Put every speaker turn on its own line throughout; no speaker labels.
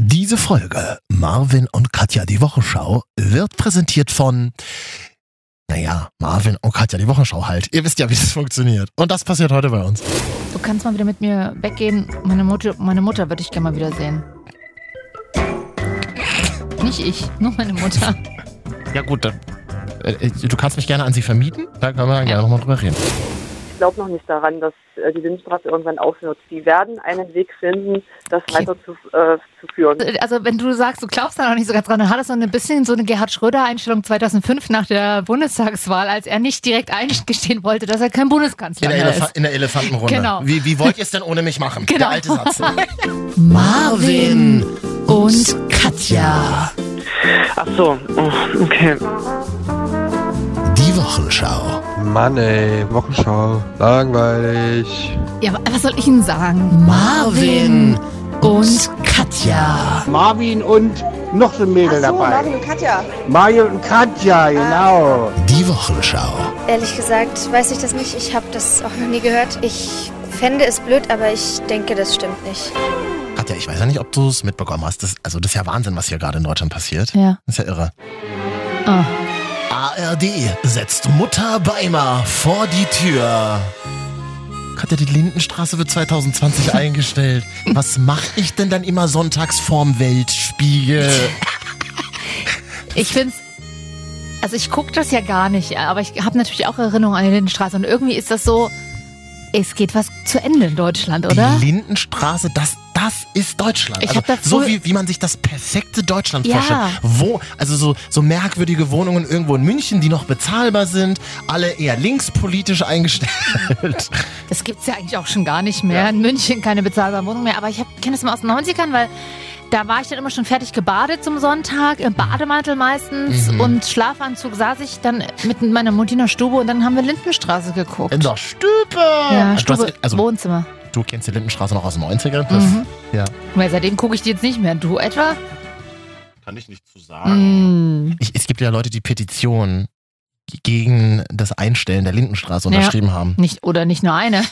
Diese Folge Marvin und Katja die Wochenschau wird präsentiert von naja, Marvin und Katja die Wochenschau halt. Ihr wisst ja, wie das funktioniert. Und das passiert heute bei uns.
Du kannst mal wieder mit mir weggehen. Meine Mutter, meine Mutter würde ich gerne mal wiedersehen. Nicht ich, nur meine Mutter.
Ja gut, dann, äh, du kannst mich gerne an sie vermieten. Da können wir dann gerne nochmal drüber reden.
Ich glaube noch nicht daran, dass äh, die Lindenstraße irgendwann aufhört. Sie werden einen Weg finden, das
Okay.
weiter zu, äh, zu führen.
Also wenn du sagst, du glaubst da noch nicht so ganz dran, dann hat das so ein bisschen so eine Gerhard Schröder-Einstellung 2005 nach der Bundestagswahl, als er nicht direkt eingestehen wollte, dass er kein Bundeskanzler
In der,
mehr
Elefa-
ist.
in der Elefantenrunde.
Genau.
Wie, wie wollt ihr es denn ohne mich machen?
Genau.
Der alte Satz.
Marvin und Katja.
Ach so, oh, okay.
Die Wochenschau.
Mann ey, Wochenschau, langweilig.
Ja, aber was soll ich Ihnen sagen? Marvin und Katja.
Marvin und noch so ein Mädel dabei. Marvin und Katja. Mario und Katja, genau.
Die Wochenschau.
Ehrlich gesagt weiß ich das nicht. Ich habe das auch noch nie gehört. Ich fände es blöd, aber ich denke, das stimmt nicht.
Katja, ich weiß ja nicht, ob du es mitbekommen hast. Das, also das ist ja Wahnsinn, was hier gerade in Deutschland passiert.
Ja.
Das ist ja irre.
Ah.
ARD setzt Mutter Beimer vor die Tür. Katja, die Lindenstraße wird 2020 eingestellt. Was mache ich denn dann immer sonntags vorm Weltspiegel?
Ich find's. Also ich guck das ja gar nicht, aber ich habe natürlich auch Erinnerungen an die Lindenstraße und irgendwie ist das so, es geht was zu Ende in Deutschland, oder?
Die Lindenstraße, das, das ist Deutschland.
Ich
also,
hab da
so
früher-
wie, wie man sich das perfekte Deutschland
Ja.
vorstellt. Wo, also so, so merkwürdige Wohnungen irgendwo in München, die noch bezahlbar sind, alle eher linkspolitisch eingestellt.
Das gibt's ja eigentlich auch schon gar nicht mehr. In München keine bezahlbare Wohnung mehr, aber ich kenne das immer aus den 90ern, weil da war ich dann immer schon fertig gebadet zum Sonntag, im Bademantel meistens
Mhm.
und Schlafanzug saß ich dann mit meiner Mutti in der Stube und dann haben wir Lindenstraße geguckt.
In der Stübe. Du
Ja,
hast-
Stube,
also
Wohnzimmer.
Du kennst die Lindenstraße noch aus den 90ern? Das
Mhm.
ja.
Weil seitdem gucke ich die jetzt nicht mehr. Du etwa?
kann ich nicht zu sagen.
Mm.
Ich, es gibt ja Leute, die Petitionen gegen das Einstellen der Lindenstraße
Ja.
unterschrieben haben.
Nicht, oder nicht nur eine.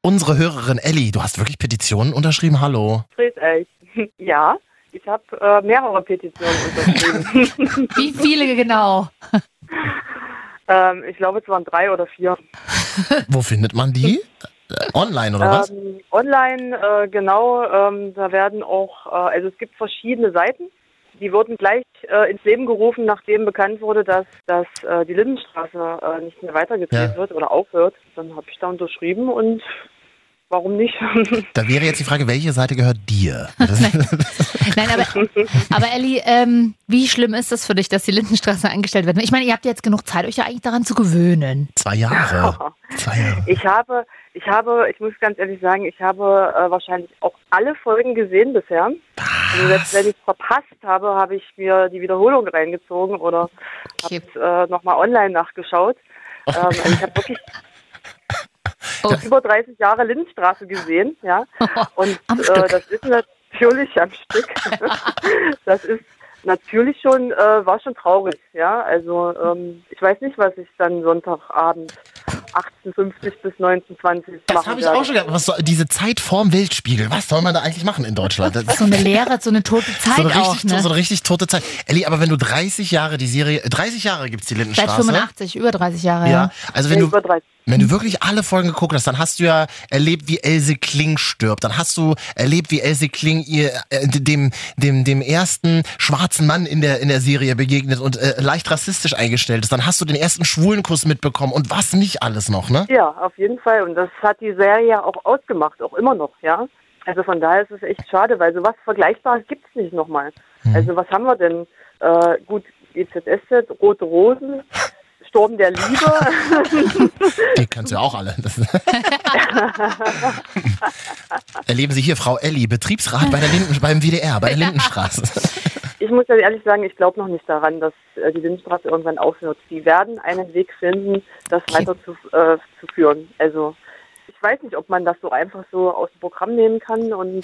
Unsere Hörerin Elli, du hast wirklich Petitionen unterschrieben? Hallo.
Dreht euch. äh, Ja, ich habe äh, mehrere Petitionen unterschrieben.
Wie viele genau?
ähm, ich glaube, es waren drei oder vier.
Wo findet man die? Äh, Online oder was?
Ähm, online, äh, genau, ähm, da werden auch, äh, also es gibt verschiedene Seiten. Die wurden gleich äh, ins Leben gerufen, nachdem bekannt wurde, dass, dass äh, die Lindenstraße äh, nicht mehr weitergedreht
Ja.
wird oder aufhört. Dann habe ich da unterschrieben und warum nicht?
Da wäre jetzt die Frage, welche Seite gehört dir? Das,
Nein, aber, aber Elli, ähm, wie schlimm ist das für dich, dass die Lindenstraße eingestellt wird? Ich meine, ihr habt jetzt genug Zeit, euch ja eigentlich daran zu gewöhnen.
zwei Jahre. Zwei Jahre.
Ich habe, ich habe, ich muss ganz ehrlich sagen, ich habe äh, wahrscheinlich auch alle Folgen gesehen bisher. Also selbst wenn ich verpasst habe, habe ich mir die Wiederholung reingezogen oder
Okay.
äh, nochmal online nachgeschaut. Ähm, also ich habe wirklich
Oh.
über 30 Jahre Lindenstraße gesehen, ja. Und
Am
äh,
Stück.
das ist natürlich am Stück. das ist natürlich schon, äh, war schon traurig, ja. Also ähm, ich weiß nicht, was ich dann Sonntagabend 18.50 bis 19.20
Das
machen
habe ich
werde.
auch schon gedacht. Was soll, diese Zeit vorm Weltspiegel, was soll man da eigentlich machen in Deutschland? Das,
So eine leere, so eine tote Zeit
so, eine richtig,
auch, ne?
so eine richtig tote Zeit. Elli, aber wenn du 30 Jahre die Serie, 30 Jahre gibt's die
Seit
Lindenstraße.
85, über 30 Jahre. ne? Ja.
Ja, also wenn
Ja,
du,
über 30.
wenn du wirklich alle Folgen geguckt hast, dann hast du ja erlebt, wie Else Kling stirbt. Dann hast du erlebt, wie Else Kling ihr äh, dem dem dem ersten schwarzen Mann in der in der Serie begegnet und äh, leicht rassistisch eingestellt ist. Dann hast du den ersten schwulen Kuss mitbekommen und was nicht alles noch, ne?
Ja, auf jeden Fall. Und das hat die Serie ja auch ausgemacht, auch immer noch, ja. Also von daher ist es echt schade, weil sowas Vergleichbares gibt's nicht nochmal.
Mhm.
Also was haben wir denn? Äh, gut, GZSZ, Rote Rosen, Sturm der Liebe.
Die kannst du ja auch alle. Das Erleben Sie hier Frau Elli, Betriebsrat bei der Linden, beim WDR, bei der Lindenstraße.
Ich muss ja ehrlich sagen, ich glaube noch nicht daran, dass äh, die Lindenstraße irgendwann aufhört. Die werden einen Weg finden, das
Okay.
weiter zu, äh, zu führen. Also ich weiß nicht, ob man das so einfach so aus dem Programm nehmen kann und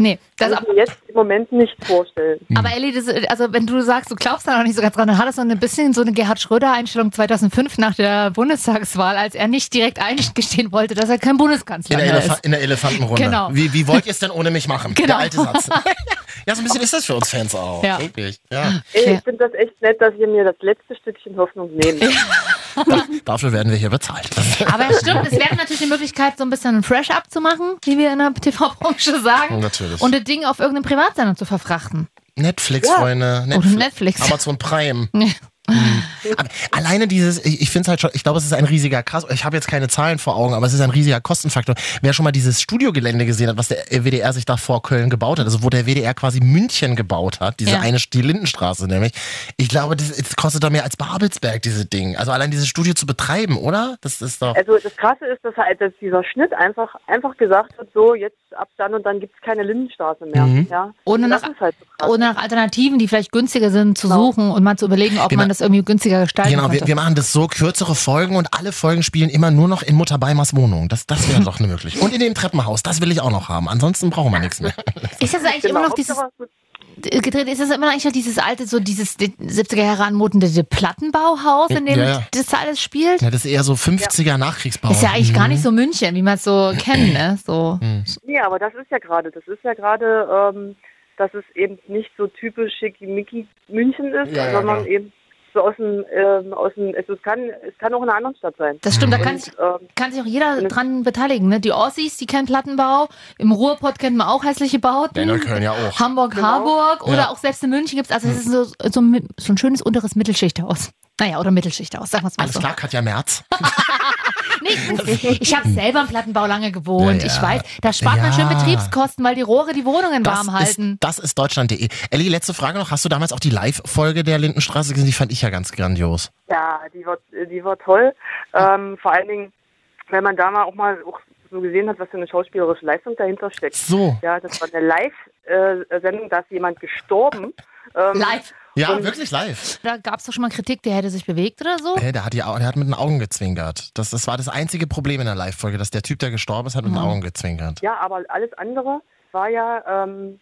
Nee, das,
kann ich mir jetzt im Moment nicht vorstellen.
Hm.
aber Elli, das, also wenn du sagst, du glaubst da noch nicht so ganz dran, dann hat das so ein bisschen so eine Gerhard Schröder-Einstellung 2005 nach der Bundestagswahl, als er nicht direkt eingestehen wollte, dass er kein
In
Bundeskanzler
der,
mehr
Elefa
ist.
in der Elefantenrunde.
Genau.
Wie, wie wollt ihr es denn ohne mich machen?
Genau.
Der alte Satz. Ja, so ein bisschen ist das für uns Fans auch.
Ja.
Wirklich. Ja.
Ey,
Okay.
Ich finde das echt nett, dass ihr mir das letzte Stückchen Hoffnung nehmt.
Dafür werden wir hier bezahlt.
Aber es stimmt, es wäre natürlich eine Möglichkeit, so ein bisschen fresh abzumachen, wie wir in der TV-Branche sagen.
Oh, Natürlich.
Und das Ding auf irgendeinen Privatsender zu verfrachten.
Netflix, Freunde.
Oder Netflix.
Amazon Prime.
Ja.
Mhm. Aber alleine dieses, ich, ich finde es halt schon, ich glaube, es ist ein riesiger, krass, ich habe jetzt keine Zahlen vor Augen, aber es ist ein riesiger Kostenfaktor. Wer schon mal dieses Studiogelände gesehen hat, was der WDR sich da vor Köln gebaut hat, also wo der WDR quasi München gebaut hat, diese
Ja.
eine, die Lindenstraße nämlich, ich glaube, das, das kostet doch mehr als Babelsberg, diese Ding. Also allein dieses Studio zu betreiben, oder? Das ist doch.
Also das Krasse ist, dass, halt, dass dieser Schnitt einfach, einfach gesagt wird, so jetzt ab dann und dann gibt es keine Lindenstraße mehr. Ja?
Mhm. Ohne
das
nach-
ist halt so krass.
Oder nach Alternativen, die vielleicht günstiger sind, zu
Genau.
suchen und mal zu überlegen, ob
Wir
man
ma-
das irgendwie günstiger gestalten
Genau, wir,
könnte.
wir machen das so, kürzere Folgen und alle Folgen spielen immer nur noch in Mutter Beimers Wohnung. Das, das wäre doch eine Möglichkeit. Und in dem Treppenhaus, das will ich auch noch haben. Ansonsten brauchen wir nichts mehr.
ist das eigentlich
Genau,
immer noch dieses äh,
Hauptsache, es wird-
gedreht, ist das immer noch eigentlich noch dieses alte, so dieses die- 70er Jahre anmutende Plattenbauhaus, in dem
Ja, ja.
das alles spielt?
Ja, das ist eher so 50er Nachkriegsbau.
Ist ja eigentlich gar
Mhm.
nicht so München, wie man es so kennt, ne? So.
Nee, aber das ist ja gerade, das ist ja gerade, ähm, dass es eben nicht so typisch schickimicki München ist,
Ja, ja,
sondern
genau.
eben so aus dem, ähm, aus dem es, es, kann, es kann auch in einer anderen Stadt sein.
Das stimmt, da kann sich,
Ähm,
kann sich auch jeder dran beteiligen. Ne? Die Aussies, die kennen Plattenbau, im Ruhrpott kennt man auch hässliche
Ja,
Bauten.
in Mhm. Köln ja auch.
Hamburg,
Genau.
Harburg oder
Ja. Hm.
auch selbst in München gibt's also es ist so, so, ein, mi- so ein schönes unteres Mittelschichthaus. Naja, oder Mittelschichthaus, sagen wir's mal
Alles
so.
klar, Katja Merz.
Nee, ich bin's- ich habe selber im Plattenbau lange gewohnt.
Hm. Ja, ja.
Ich weiß, da spart man schön
Ja.
Betriebskosten, weil die Rohre die Wohnungen
Das ist,
warm halten.
das ist deutschland.de. Elli, letzte Frage noch. Hast du damals auch die Live-Folge der Lindenstraße gesehen? Die fand ich ja ganz grandios.
Ja, die war, die war toll. Ähm, vor allen Dingen, wenn man da mal auch mal auch so gesehen hat, was für eine schauspielerische Leistung dahinter steckt.
So.
Ja, das war eine Live-Sendung, da ist jemand gestorben. Ähm,
Live.
Ja,
Und-
wirklich live.
Da gab's doch schon mal Kritik, der hätte sich bewegt oder so.
Hey, der, hat die, Au- der hat mit den Augen gezwinkert. Das, das war das einzige Problem in der Live-Folge, dass der Typ, der gestorben ist, hat mit den
Mhm.
Augen gezwinkert.
Ja, aber alles andere war ja, ähm,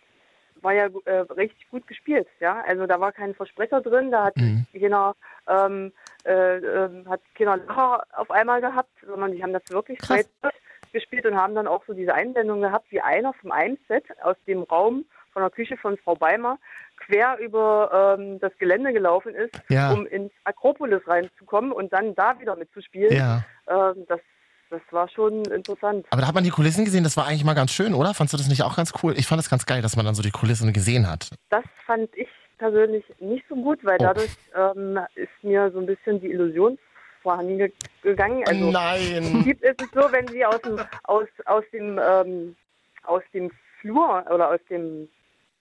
war ja äh, richtig gut gespielt. Ja, also da war kein Versprecher drin, da hat
Mhm.
keiner, ähm, äh, ähm, hat keiner Lacher auf einmal gehabt, sondern die haben das wirklich
Krass.
straight gespielt und haben dann auch so diese Einblendung gehabt, wie einer vom einen Set aus dem Raum von der Küche von Frau Beimer quer über ähm, das Gelände gelaufen ist,
Ja.
um ins Akropolis reinzukommen und dann da wieder mitzuspielen.
Ja.
Ähm, das, das war schon interessant.
Aber da hat man die Kulissen gesehen, das war eigentlich mal ganz schön, oder? Fandst du das nicht auch ganz cool? Ich fand es ganz geil, dass man dann so die Kulissen gesehen hat.
Das fand ich persönlich nicht so gut, weil
Oh.
dadurch ähm, ist mir so ein bisschen die Illusion vorhanden ge gegangen. Also im
Nein.
Prinzip ist es so, wenn sie aus dem aus aus dem ähm, aus dem Flur oder aus dem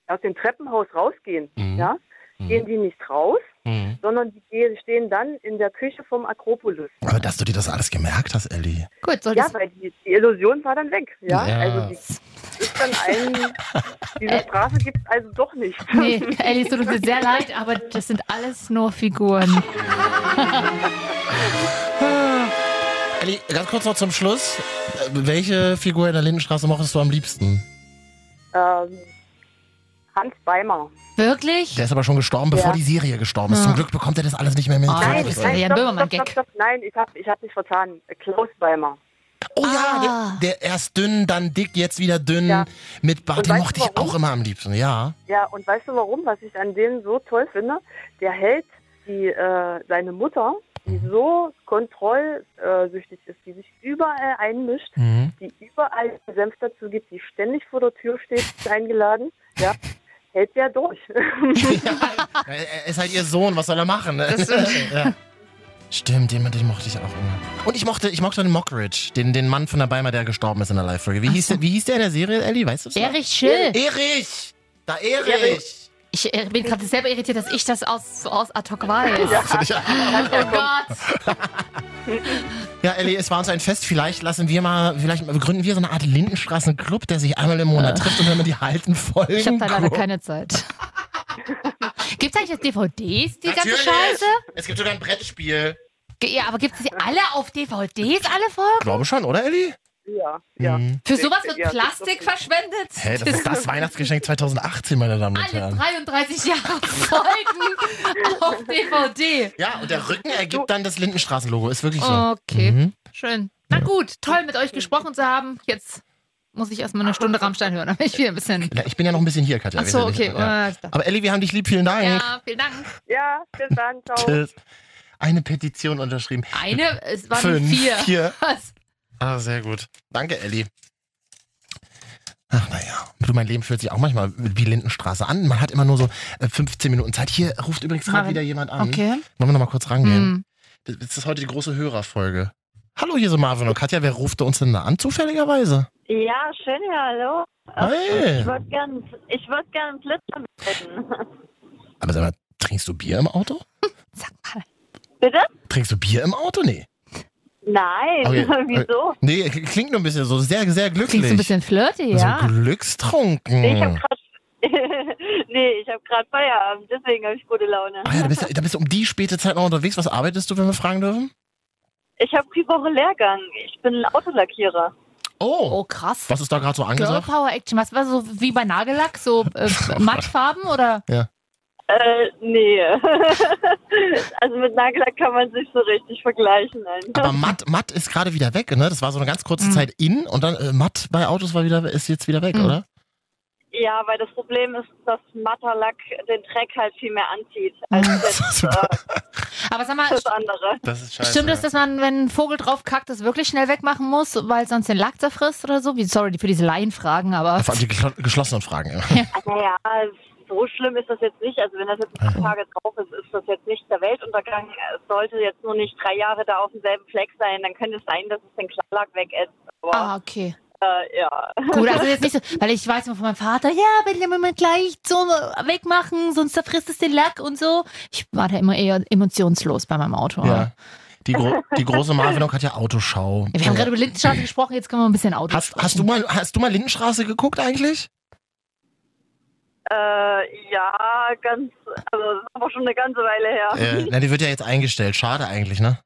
aus dem Treppenhaus rausgehen,
Mhm.
ja, gehen die nicht raus,
Mhm.
sondern die gehen- stehen dann in der Küche vom Akropolis.
Aber dass du dir das alles gemerkt hast, Elli.
Gut, soll
Ja,
das
weil die, die Illusion war dann weg. Ja,
Ja.
also die, das ist dann ein, diese Straße gibt es also doch nicht.
Nee, Ellie, es tut uns jetzt sehr leid, aber das sind alles nur Figuren.
Elli, ganz kurz noch zum Schluss. Äh, Welche Figur in der Lindenstraße mochtest du am liebsten?
Ähm, Hans Beimer.
Wirklich?
Der ist aber schon gestorben, bevor
Ja.
die Serie gestorben ist. Zum Glück bekommt er das alles nicht mehr mit.
Ah,
Zurück.
nein, das war ja ein Böhmermann-Gag.
stopp, stopp, nein, ich habe ich hab mich vertan. Äh, Klaus Beimer.
oh ja,
Ah.
der, der erst dünn, dann dick, jetzt wieder dünn.
Ja.
Mit Bart,
Und
den
weißt
mochte
du
ich
warum?
auch immer am liebsten, ja.
Ja, und weißt du warum? Was ich an dem so toll finde? Der hält die, äh, seine Mutter, die so kontrollsüchtig ist, die sich überall einmischt,
Mhm.
die überall den Senf dazu gibt, die ständig vor der Tür steht, ist eingeladen. Ja, hält der durch.
Er er ist halt ihr Sohn, was soll er machen? Ne? ja. Stimmt, den, den mochte ich auch immer. Und ich mochte, ich mochte den Mockridge, den, den Mann von der Beimer, der gestorben ist in der Live-Folge. Wie, hieß der- wie hieß der in der Serie, Ellie? Weißt du das? noch?
Erich Schill.
Erich! Da Erich!
Ich äh, bin gerade selber irritiert, dass ich das aus, so aus ad hoc weiß. Oh Gott.
Ja, Ellie, es war uns ein Fest. Vielleicht lassen wir mal, vielleicht gründen wir so eine Art Lindenstraßen-Club, der sich einmal im Monat trifft und wenn man die halten Folgen.
Ich habe da leider
guckt.
keine Zeit. Gibt's eigentlich jetzt DVDs, die ganze
Natürlich.
Scheiße?
Es gibt sogar ein Brettspiel.
Ge- Ja, aber gibt's die alle auf DVDs, alle Folgen?
Glaube schon, oder, Ellie?
ja, ja.
Für sowas wird
Ja, das ist
Plastik verschwendet?
Hey, das ist das Weihnachtsgeschenk 2018, meine Damen und
Alle
Herren.
33 Jahre Folgen auf DVD.
Ja, und der Rücken ergibt dann das Lindenstraßen-Logo. Ist wirklich so.
Oh, Okay,
Mhm.
schön. Na gut, toll mit euch gesprochen zu haben. Jetzt muss ich erstmal eine Stunde Rammstein hören. Aber ich will ein bisschen.
Na, ich bin ja noch ein bisschen hier, Katja.
Ach so,
Wir sind
okay.
ja nicht- Ja. Aber Elli, wir haben dich lieb, vielen Dank.
Ja, vielen Dank.
Ja, bis dann, ciao.
Tschüss. Eine Petition unterschrieben.
Eine, es waren
Fünf,
vier.
vier.
Was?
Ah, sehr gut. Danke, Elli. Ach, naja. Du, mein Leben fühlt sich auch manchmal wie Lindenstraße an. Man hat immer nur so äh, 15 Minuten Zeit. Hier ruft übrigens gerade
Maren.
wieder jemand an.
Okay.
Wollen wir noch mal kurz rangehen?
Hm.
Das das ist heute die große Hörerfolge. Hallo, hier sind Marvin und Katja. Wer ruft uns denn da an, zufälligerweise?
Ja, schön, ja, hallo.
Hey.
Ich würde gern, ich würd gern Blitzer werden.
Aber sag mal, trinkst du Bier im Auto?
Sag mal.
Bitte?
Trinkst du Bier im Auto? Nee.
Nein,
Okay.
wieso?
Nee, klingt nur ein bisschen so sehr, sehr glücklich.
Klingst du ein bisschen flirty,
So
ja?
glückstrunken.
Ich hab grad, nee, ich habe gerade Feierabend, deswegen habe ich gute Laune.
Ah ja, da bist, du, da bist du um die späte Zeit noch unterwegs. Was arbeitest du, wenn wir fragen dürfen?
Ich habe die Woche Lehrgang. Ich bin Autolackierer.
Oh,
Oh, krass.
was ist da gerade so
Girl
angesagt?
Power Action. Was war so wie bei Nagellack? So äh, mattfarben oder?
Äh, nee. also mit Nagellack kann man sich so richtig vergleichen. Einfach.
Aber matt, matt ist gerade wieder weg, ne? Das war so eine ganz kurze
Mhm.
Zeit in und dann äh, matt bei Autos war wieder, ist jetzt wieder weg,
Mhm.
oder?
Ja, weil das Problem ist, dass matter Lack den Dreck halt viel mehr anzieht als jetzt, äh,
Aber sag mal,
das andere.
Das ist
stimmt es, dass man, wenn ein Vogel drauf kackt, das wirklich schnell wegmachen muss, weil sonst den Lack zerfrisst oder so? Wie, sorry für diese Laienfragen, aber.
Vor allem die geschl- geschlossenen Fragen. ja.
Naja, so schlimm ist das jetzt nicht. Also wenn das jetzt ein paar Tage drauf ist, ist das jetzt nicht der Weltuntergang. Es sollte jetzt nur nicht drei Jahre da auf demselben Fleck sein. Dann könnte es sein, dass es den Klarlack weg ist.
Ah,
Aber
okay.
äh, ja.
Gut, also jetzt nicht so, weil ich weiß immer von meinem Vater, ja, wenn wir mal gleich zum wegmachen, sonst zerfrisst es den Lack und so. Ich war da immer eher emotionslos bei meinem Auto.
Ja. Die, gro die große Marvinok hat ja Autoschau. Oh.
Wir haben gerade über Lindenstraße gesprochen, jetzt können wir ein bisschen Auto
Äh, Hast, hast, du
sprechen.
mal, hast du mal Lindenstraße geguckt eigentlich?
Äh, ja, ganz, also das ist aber schon eine ganze Weile her.
Äh, na, die wird ja jetzt eingestellt. Schade eigentlich, ne?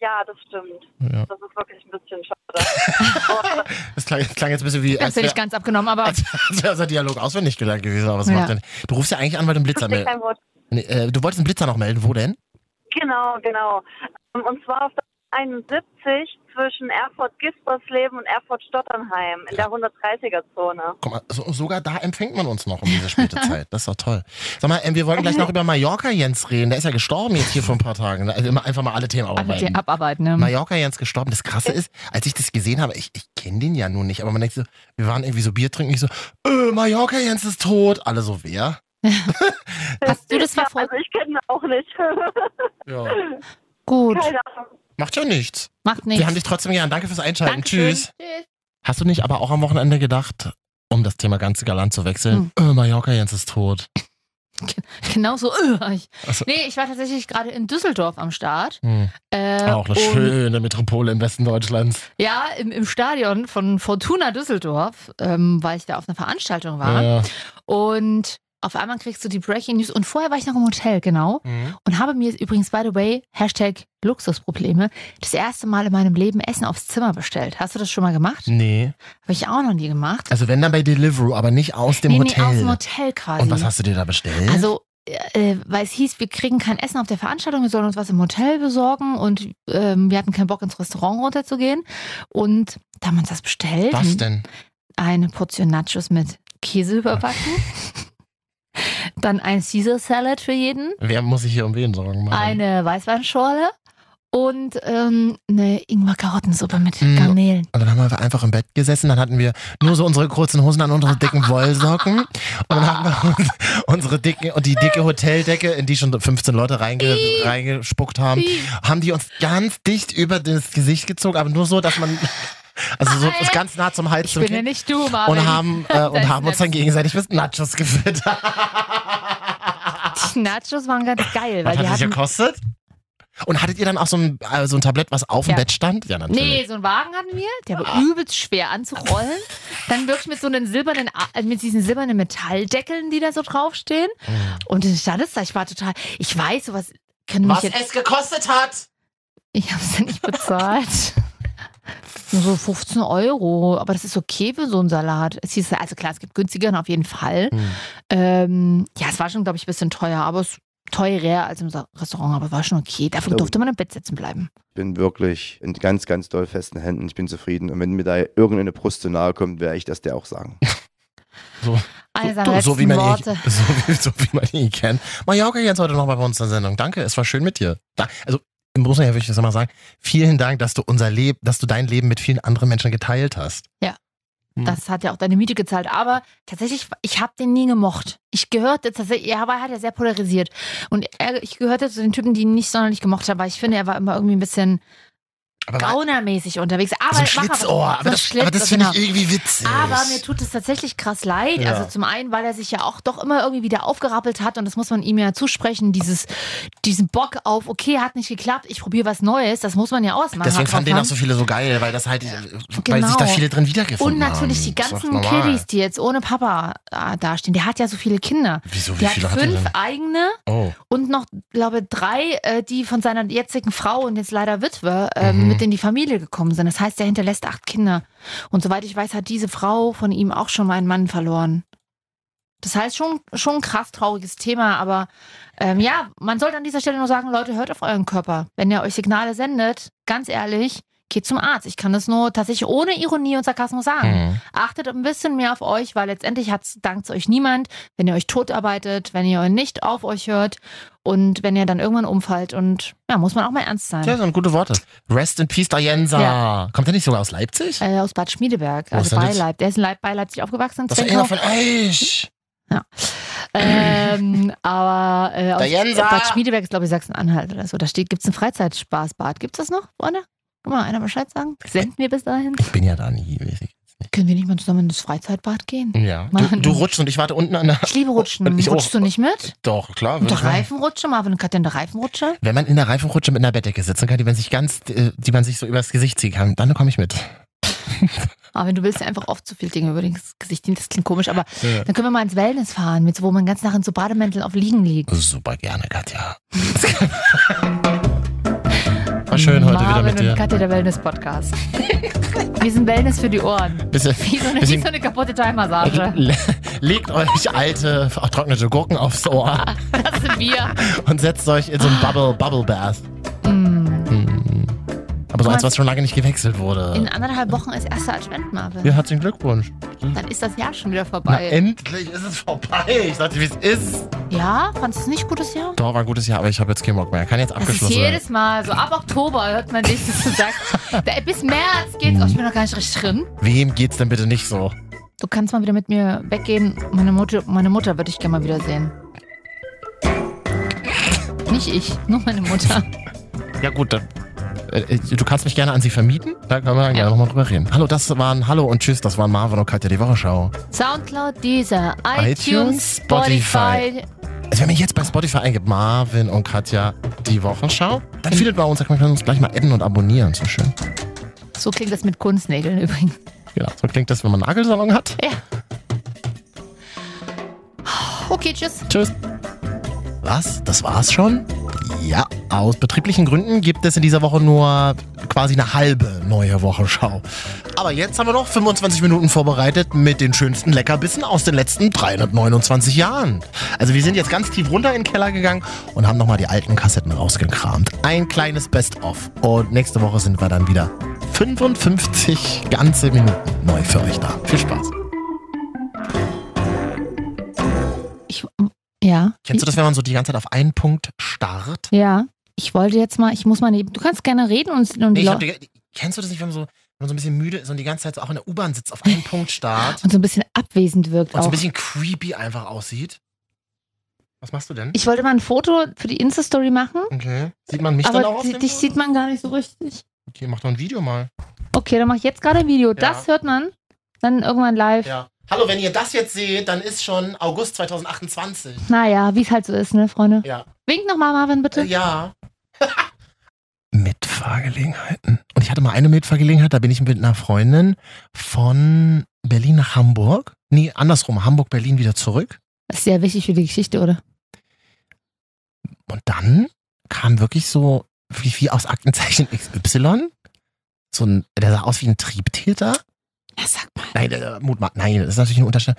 Ja, das stimmt.
Ja.
Das ist wirklich ein bisschen schade.
Das klang, das klang jetzt ein bisschen wie,
Ganz
als
ehrlich,
wäre
ganz abgenommen, aber
wär unser Dialog auswendig gelernt gewesen. Aber was
Ja.
macht denn? Du rufst ja eigentlich an, weil du einen Blitzer
Versteht
meldest.
kein Wort.
Nee, äh, du wolltest einen Blitzer noch melden. Wo denn?
Genau, genau. Ähm, Und zwar auf der 71 zwischen Erfurt-Gispersleben und Erfurt-Stotternheim in der 130er-Zone.
Guck mal, so, sogar da empfängt man uns noch um diese späte Zeit. Das ist doch toll. Sag mal, ähm, wir wollten gleich noch über Mallorca Jens reden. Der ist ja gestorben jetzt hier vor ein paar Tagen. Also immer einfach mal alle Themen
aber
aufarbeiten.
die abarbeiten. Ne?
Mallorca Jens gestorben. Das Krasse ist, als ich das gesehen habe, ich, ich kenne den ja nun nicht, aber man denkt so, wir waren irgendwie so Bier trinken, ich so, äh, Mallorca Jens ist tot. Alle so, wer?
Hast du das
Ja,
verfolgt?
Also ich kenne ihn auch nicht.
Ja.
Gut,
Keine Ahnung.
Macht ja nichts.
macht
Wir haben
nichts.
dich trotzdem gern. Danke fürs Einschalten.
Dankeschön.
Tschüss. Hast du nicht aber auch am Wochenende gedacht, um das Thema ganz galant zu wechseln,
Hm.
äh, Mallorca Jens ist tot.
Genau so. Äh, ich-
Also-
Nee, ich war tatsächlich gerade in Düsseldorf am Start.
Hm.
Äh,
Auch eine
und-
schöne Metropole im Westen Deutschlands.
Ja, im, im Stadion von Fortuna Düsseldorf, ähm, weil ich da auf einer Veranstaltung war.
Ja.
Und auf einmal kriegst du die Breaking News. Und vorher war ich noch im Hotel, genau.
Hm.
Und habe mir übrigens, by the way, Hashtag Luxusprobleme, das erste Mal in meinem Leben Essen aufs Zimmer bestellt. Hast du das schon mal gemacht?
Nee.
Habe ich auch noch nie gemacht.
Also wenn dann bei Deliveroo, aber nicht aus dem
nee, nee,
Hotel.
aus dem Hotel quasi.
Und was hast du dir da bestellt?
Also, äh, weil es hieß, wir kriegen kein Essen auf der Veranstaltung, wir sollen uns was im Hotel besorgen und ähm, wir hatten keinen Bock, ins Restaurant runterzugehen. Und da haben wir uns das bestellt.
was denn?
eine Portion Nachos mit Käse überbacken. Dann ein Caesar Salad für jeden,
Wer muss sich hier um wen Sorgen machen?
eine Weißweinschorle und ähm, eine Ingwer-Karottensuppe mit
Mm.
Garnelen.
Und dann haben wir einfach im Bett gesessen, dann hatten wir nur so unsere kurzen Hosen an, unsere dicken Wollsocken. Und dann haben wir uns, unsere dicken und die dicke Hoteldecke, in die schon 15 Leute reinge, reingespuckt haben, haben die uns ganz dicht über das Gesicht gezogen, aber nur so, dass man, also so
Alter.
ganz nah zum Hals
Ich
zum
bin ja
Kind.
nicht du, Marvin.
und haben, äh,
Da ist
und haben uns dann
Nachos.
gegenseitig mit Nachos gefüttert.
Die Nachos waren ganz geil,
Was hat
weil die
das
hatten...
gekostet? Und hattet ihr dann auch so ein, äh, so ein Tablett, was auf
Ja.
dem Bett stand? Ja,
Nee, so einen Wagen hatten wir, der war
Ah.
übelst schwer anzurollen. Dann wirklich mit so einen silbernen, A- äh, mit diesen silbernen Metalldeckeln, die da so draufstehen. Und dann stand es da, ich war total, ich weiß, sowas können mich
Was
jetzt
es gekostet hat!
Ich habe es ja nicht bezahlt. Nur so 15 Euro, aber das ist okay für so einen Salat. Es hieß,
Hm.
also klar, es gibt günstigeren auf jeden Fall. Ähm, ja, es war schon, glaube ich, ein bisschen teuer, aber es teurer als im Sa- Restaurant, aber war schon okay. Davon
Ja,
durfte man im Bett sitzen bleiben.
Ich bin wirklich in ganz, ganz doll festen Händen. Ich bin zufrieden. Und wenn mir da irgendeine Brust zu nahe kommt, werde ich das der auch sagen.
Eine
so,
seiner
so, wie
letzten
man
Also, Worte.
Ihn, so, wie, so wie man ihn kennt. Mallorca jetzt heute nochmal bei uns in der Sendung. Danke, es war schön mit dir. Da, also im Brüssel würde ich das immer sagen. Vielen Dank, dass du unser Leben, dass du dein Leben mit vielen anderen Menschen geteilt hast. Hm.
Das hat ja auch deine Miete gezahlt. Aber tatsächlich, ich habe den nie gemocht. Ich gehörte tatsächlich, ja, aber er hat ja sehr polarisiert. Und er, ich gehörte zu den Typen, die ihn nicht sonderlich gemocht haben, weil ich finde, er war immer irgendwie ein bisschen
Aber
gaunermäßig unterwegs. Aber
so ein
mach
Schlitzohr,
so
aber
ein
das,
Schlitzohr,
aber das finde
genau.
ich irgendwie witzig.
Aber mir tut es tatsächlich krass leid.
Ja.
Also zum einen, weil er sich ja auch doch immer irgendwie wieder aufgerappelt hat und das muss man ihm ja zusprechen, dieses, diesen Bock auf, okay, hat nicht geklappt, ich probiere was Neues, das muss man ja ausmachen.
Deswegen fanden den auch
haben.
so viele so geil, weil das halt, weil
Genau.
sich da viele drin wiedergefunden
Und natürlich
haben.
die
Ist doch
ganzen
normal.
Kiddies, die jetzt ohne Papa äh, dastehen. Der hat ja so viele Kinder.
Wieso, wie
Der hat
viele hat er
fünf
denn?
eigene
Oh.
und noch, glaube drei, äh, die von seiner jetzigen Frau und jetzt leider Witwe ähm,
Mhm.
mit in die Familie gekommen sind. Das heißt, er hinterlässt acht Kinder. Und soweit ich weiß, hat diese Frau von ihm auch schon mal einen Mann verloren. Das heißt, schon, schon ein krass trauriges Thema, aber ähm, ja, man sollte an dieser Stelle nur sagen, Leute, hört auf euren Körper. Wenn er euch Signale sendet, ganz ehrlich, geht zum Arzt. Ich kann das nur tatsächlich ohne Ironie und Sarkasmus sagen.
Hm.
Achtet ein bisschen mehr auf euch, weil letztendlich dankt euch niemand, wenn ihr euch totarbeitet, wenn ihr nicht auf euch hört und wenn ihr dann irgendwann umfallt. Und ja, muss man auch mal ernst sein.
Ja, das sind gute Worte. Rest in Peace, Dajensa.
Ja.
Kommt er nicht sogar aus Leipzig?
Äh, aus Bad Schmiedeberg,
Wo ist
also
denn
bei
das?
Leipzig. Der ist in Leip bei Leipzig aufgewachsen.
Das war
Zwickau.
einer von euch.
ähm, aber äh, aus
Dajensa!
Bad Schmiedeberg ist, glaube ich, Sachsen-Anhalt oder so. Da steht, gibt es ein Freizeitspaßbad. Gibt es das noch, Freunde? Kann mal einer Bescheid sagen? Senden wir bis dahin?
Ich bin ja da nie.
Können wir nicht mal zusammen ins Freizeitbad gehen?
Ja. Du,
Mann.
du rutschst und ich warte unten an der.
Ich liebe Rutschen.
Und ich auch. Äh,
Rutschst du nicht mit?
Doch, klar.
Und
würde
doch
ich machen.
Reifenrutsche, Marvin und Katja, eine Reifenrutsche?
Wenn man in der Reifenrutsche mit einer Bettdecke sitzen kann, die man sich ganz, äh, die man sich so übers Gesicht ziehen kann, dann komme ich mit.
Aber Ah, wenn du willst, ja einfach oft zu viel Dinge über das Gesicht ziehen. Das klingt komisch, aber
Ja.
dann können wir mal ins Wellness fahren, mit so, wo man ganz nach in so Bademänteln auf Liegen liegt.
Super gerne, Katja. War schön heute wieder
Marvin
mit
und
dir.
Katja, der Wellness-Podcast. wir sind Wellness für die Ohren.
Bisschen,
Wie so eine, wie
bisschen
so eine kaputte Thai-Massage.
le- legt euch alte, vertrocknete Gurken aufs Ohr
Das sind wir.
und setzt euch in so ein Bubble, Bubble Bath.
Mm.
Hm. Aber so
Guck
eins,
mal.
was schon lange nicht gewechselt wurde.
In anderthalb Wochen ist erster Advent, Marvin.
ja, herzlichen Glückwunsch.
Dann ist das Jahr schon wieder
Na,
vorbei.
endlich ist es vorbei. Ich sagte, wie es ist.
ja, fandest du es nicht gutes Jahr?
Doch, war ein gutes Jahr, aber ich habe jetzt keinen Bock mehr. Kann jetzt
Das ist
abgeschlossen werden.
jedes Mal so. Ab Oktober hört man dich, dass du sagst, da- bis März geht's. Oh, ich bin noch gar nicht richtig drin.
Wem geht's denn bitte nicht so?
Du kannst mal wieder mit mir weggehen. Meine Mutter, meine Mutter würde ich gerne mal wiedersehen. Nicht ich, nur meine Mutter.
Ja gut, dann. äh, Du kannst mich gerne an sie vermieten, da können wir dann gerne nochmal drüber reden. Hallo, das waren Hallo und Tschüss, das waren Marvin und Katja, die Wochenschau.
Soundcloud, Deezer,
iTunes,
iTunes,
Spotify.
Spotify.
Also wenn man jetzt bei Spotify eingibt, Marvin und Katja, die Wochenschau, dann findet man uns, da kann man uns gleich mal adden und abonnieren, so schön.
So klingt das mit Kunstnägeln übrigens.
Genau, so klingt das, wenn man einen Nagelsalon hat.
Ja. Okay, tschüss.
Tschüss. Was? Das war's schon? Ja, aus betrieblichen Gründen gibt es in dieser Woche nur quasi eine halbe neue Wochenschau. Aber jetzt haben wir noch 25 Minuten vorbereitet mit den schönsten Leckerbissen aus den letzten 329 Jahren. Also wir sind jetzt ganz tief runter in den Keller gegangen und haben nochmal die alten Kassetten rausgekramt. Ein kleines Best-of. Und nächste Woche sind wir dann wieder 55 ganze Minuten neu für euch da. Viel Spaß.
Ich, ja.
Kennst du das, wenn man so die ganze Zeit auf einen Punkt starrt?
Ja. Ich wollte jetzt mal, ich muss mal neben. Du kannst gerne reden und, und,
Nee, ich
lau-
hab die, kennst du das nicht, wenn man, so, wenn man so ein bisschen müde ist und die ganze Zeit so auch in der U-Bahn sitzt, auf einen Punkt starrt
und so ein bisschen abwesend wirkt
und so ein
auch.
bisschen creepy einfach aussieht? Was machst du denn?
Ich wollte mal ein Foto für die Insta-Story machen,
Okay. Sieht man mich dann auch
aber
auf
di-
dem
dich
Foto?
sieht man gar nicht so richtig.
Okay, mach doch ein Video mal.
Okay, dann mache ich jetzt gerade ein Video. Das hört man dann irgendwann live.
Ja. Hallo, wenn ihr das jetzt seht, dann ist schon August 2028.
Naja, wie es halt so ist, ne, Freunde?
Ja.
Wink nochmal, Marvin, bitte.
Äh, ja. Mitfahrgelegenheiten. Und ich hatte mal eine Mitfahrgelegenheit, da bin ich mit einer Freundin von Berlin nach Hamburg. Nee, andersrum, Hamburg-Berlin wieder zurück.
Das ist sehr wichtig für die Geschichte, oder?
Und dann kam wirklich so, wie, wie aus Aktenzeichen XY, so ein, der sah aus wie ein Triebtäter.
Ja, sag mal.
Nein, der, der Mutma nein, das ist natürlich ein Unterschied.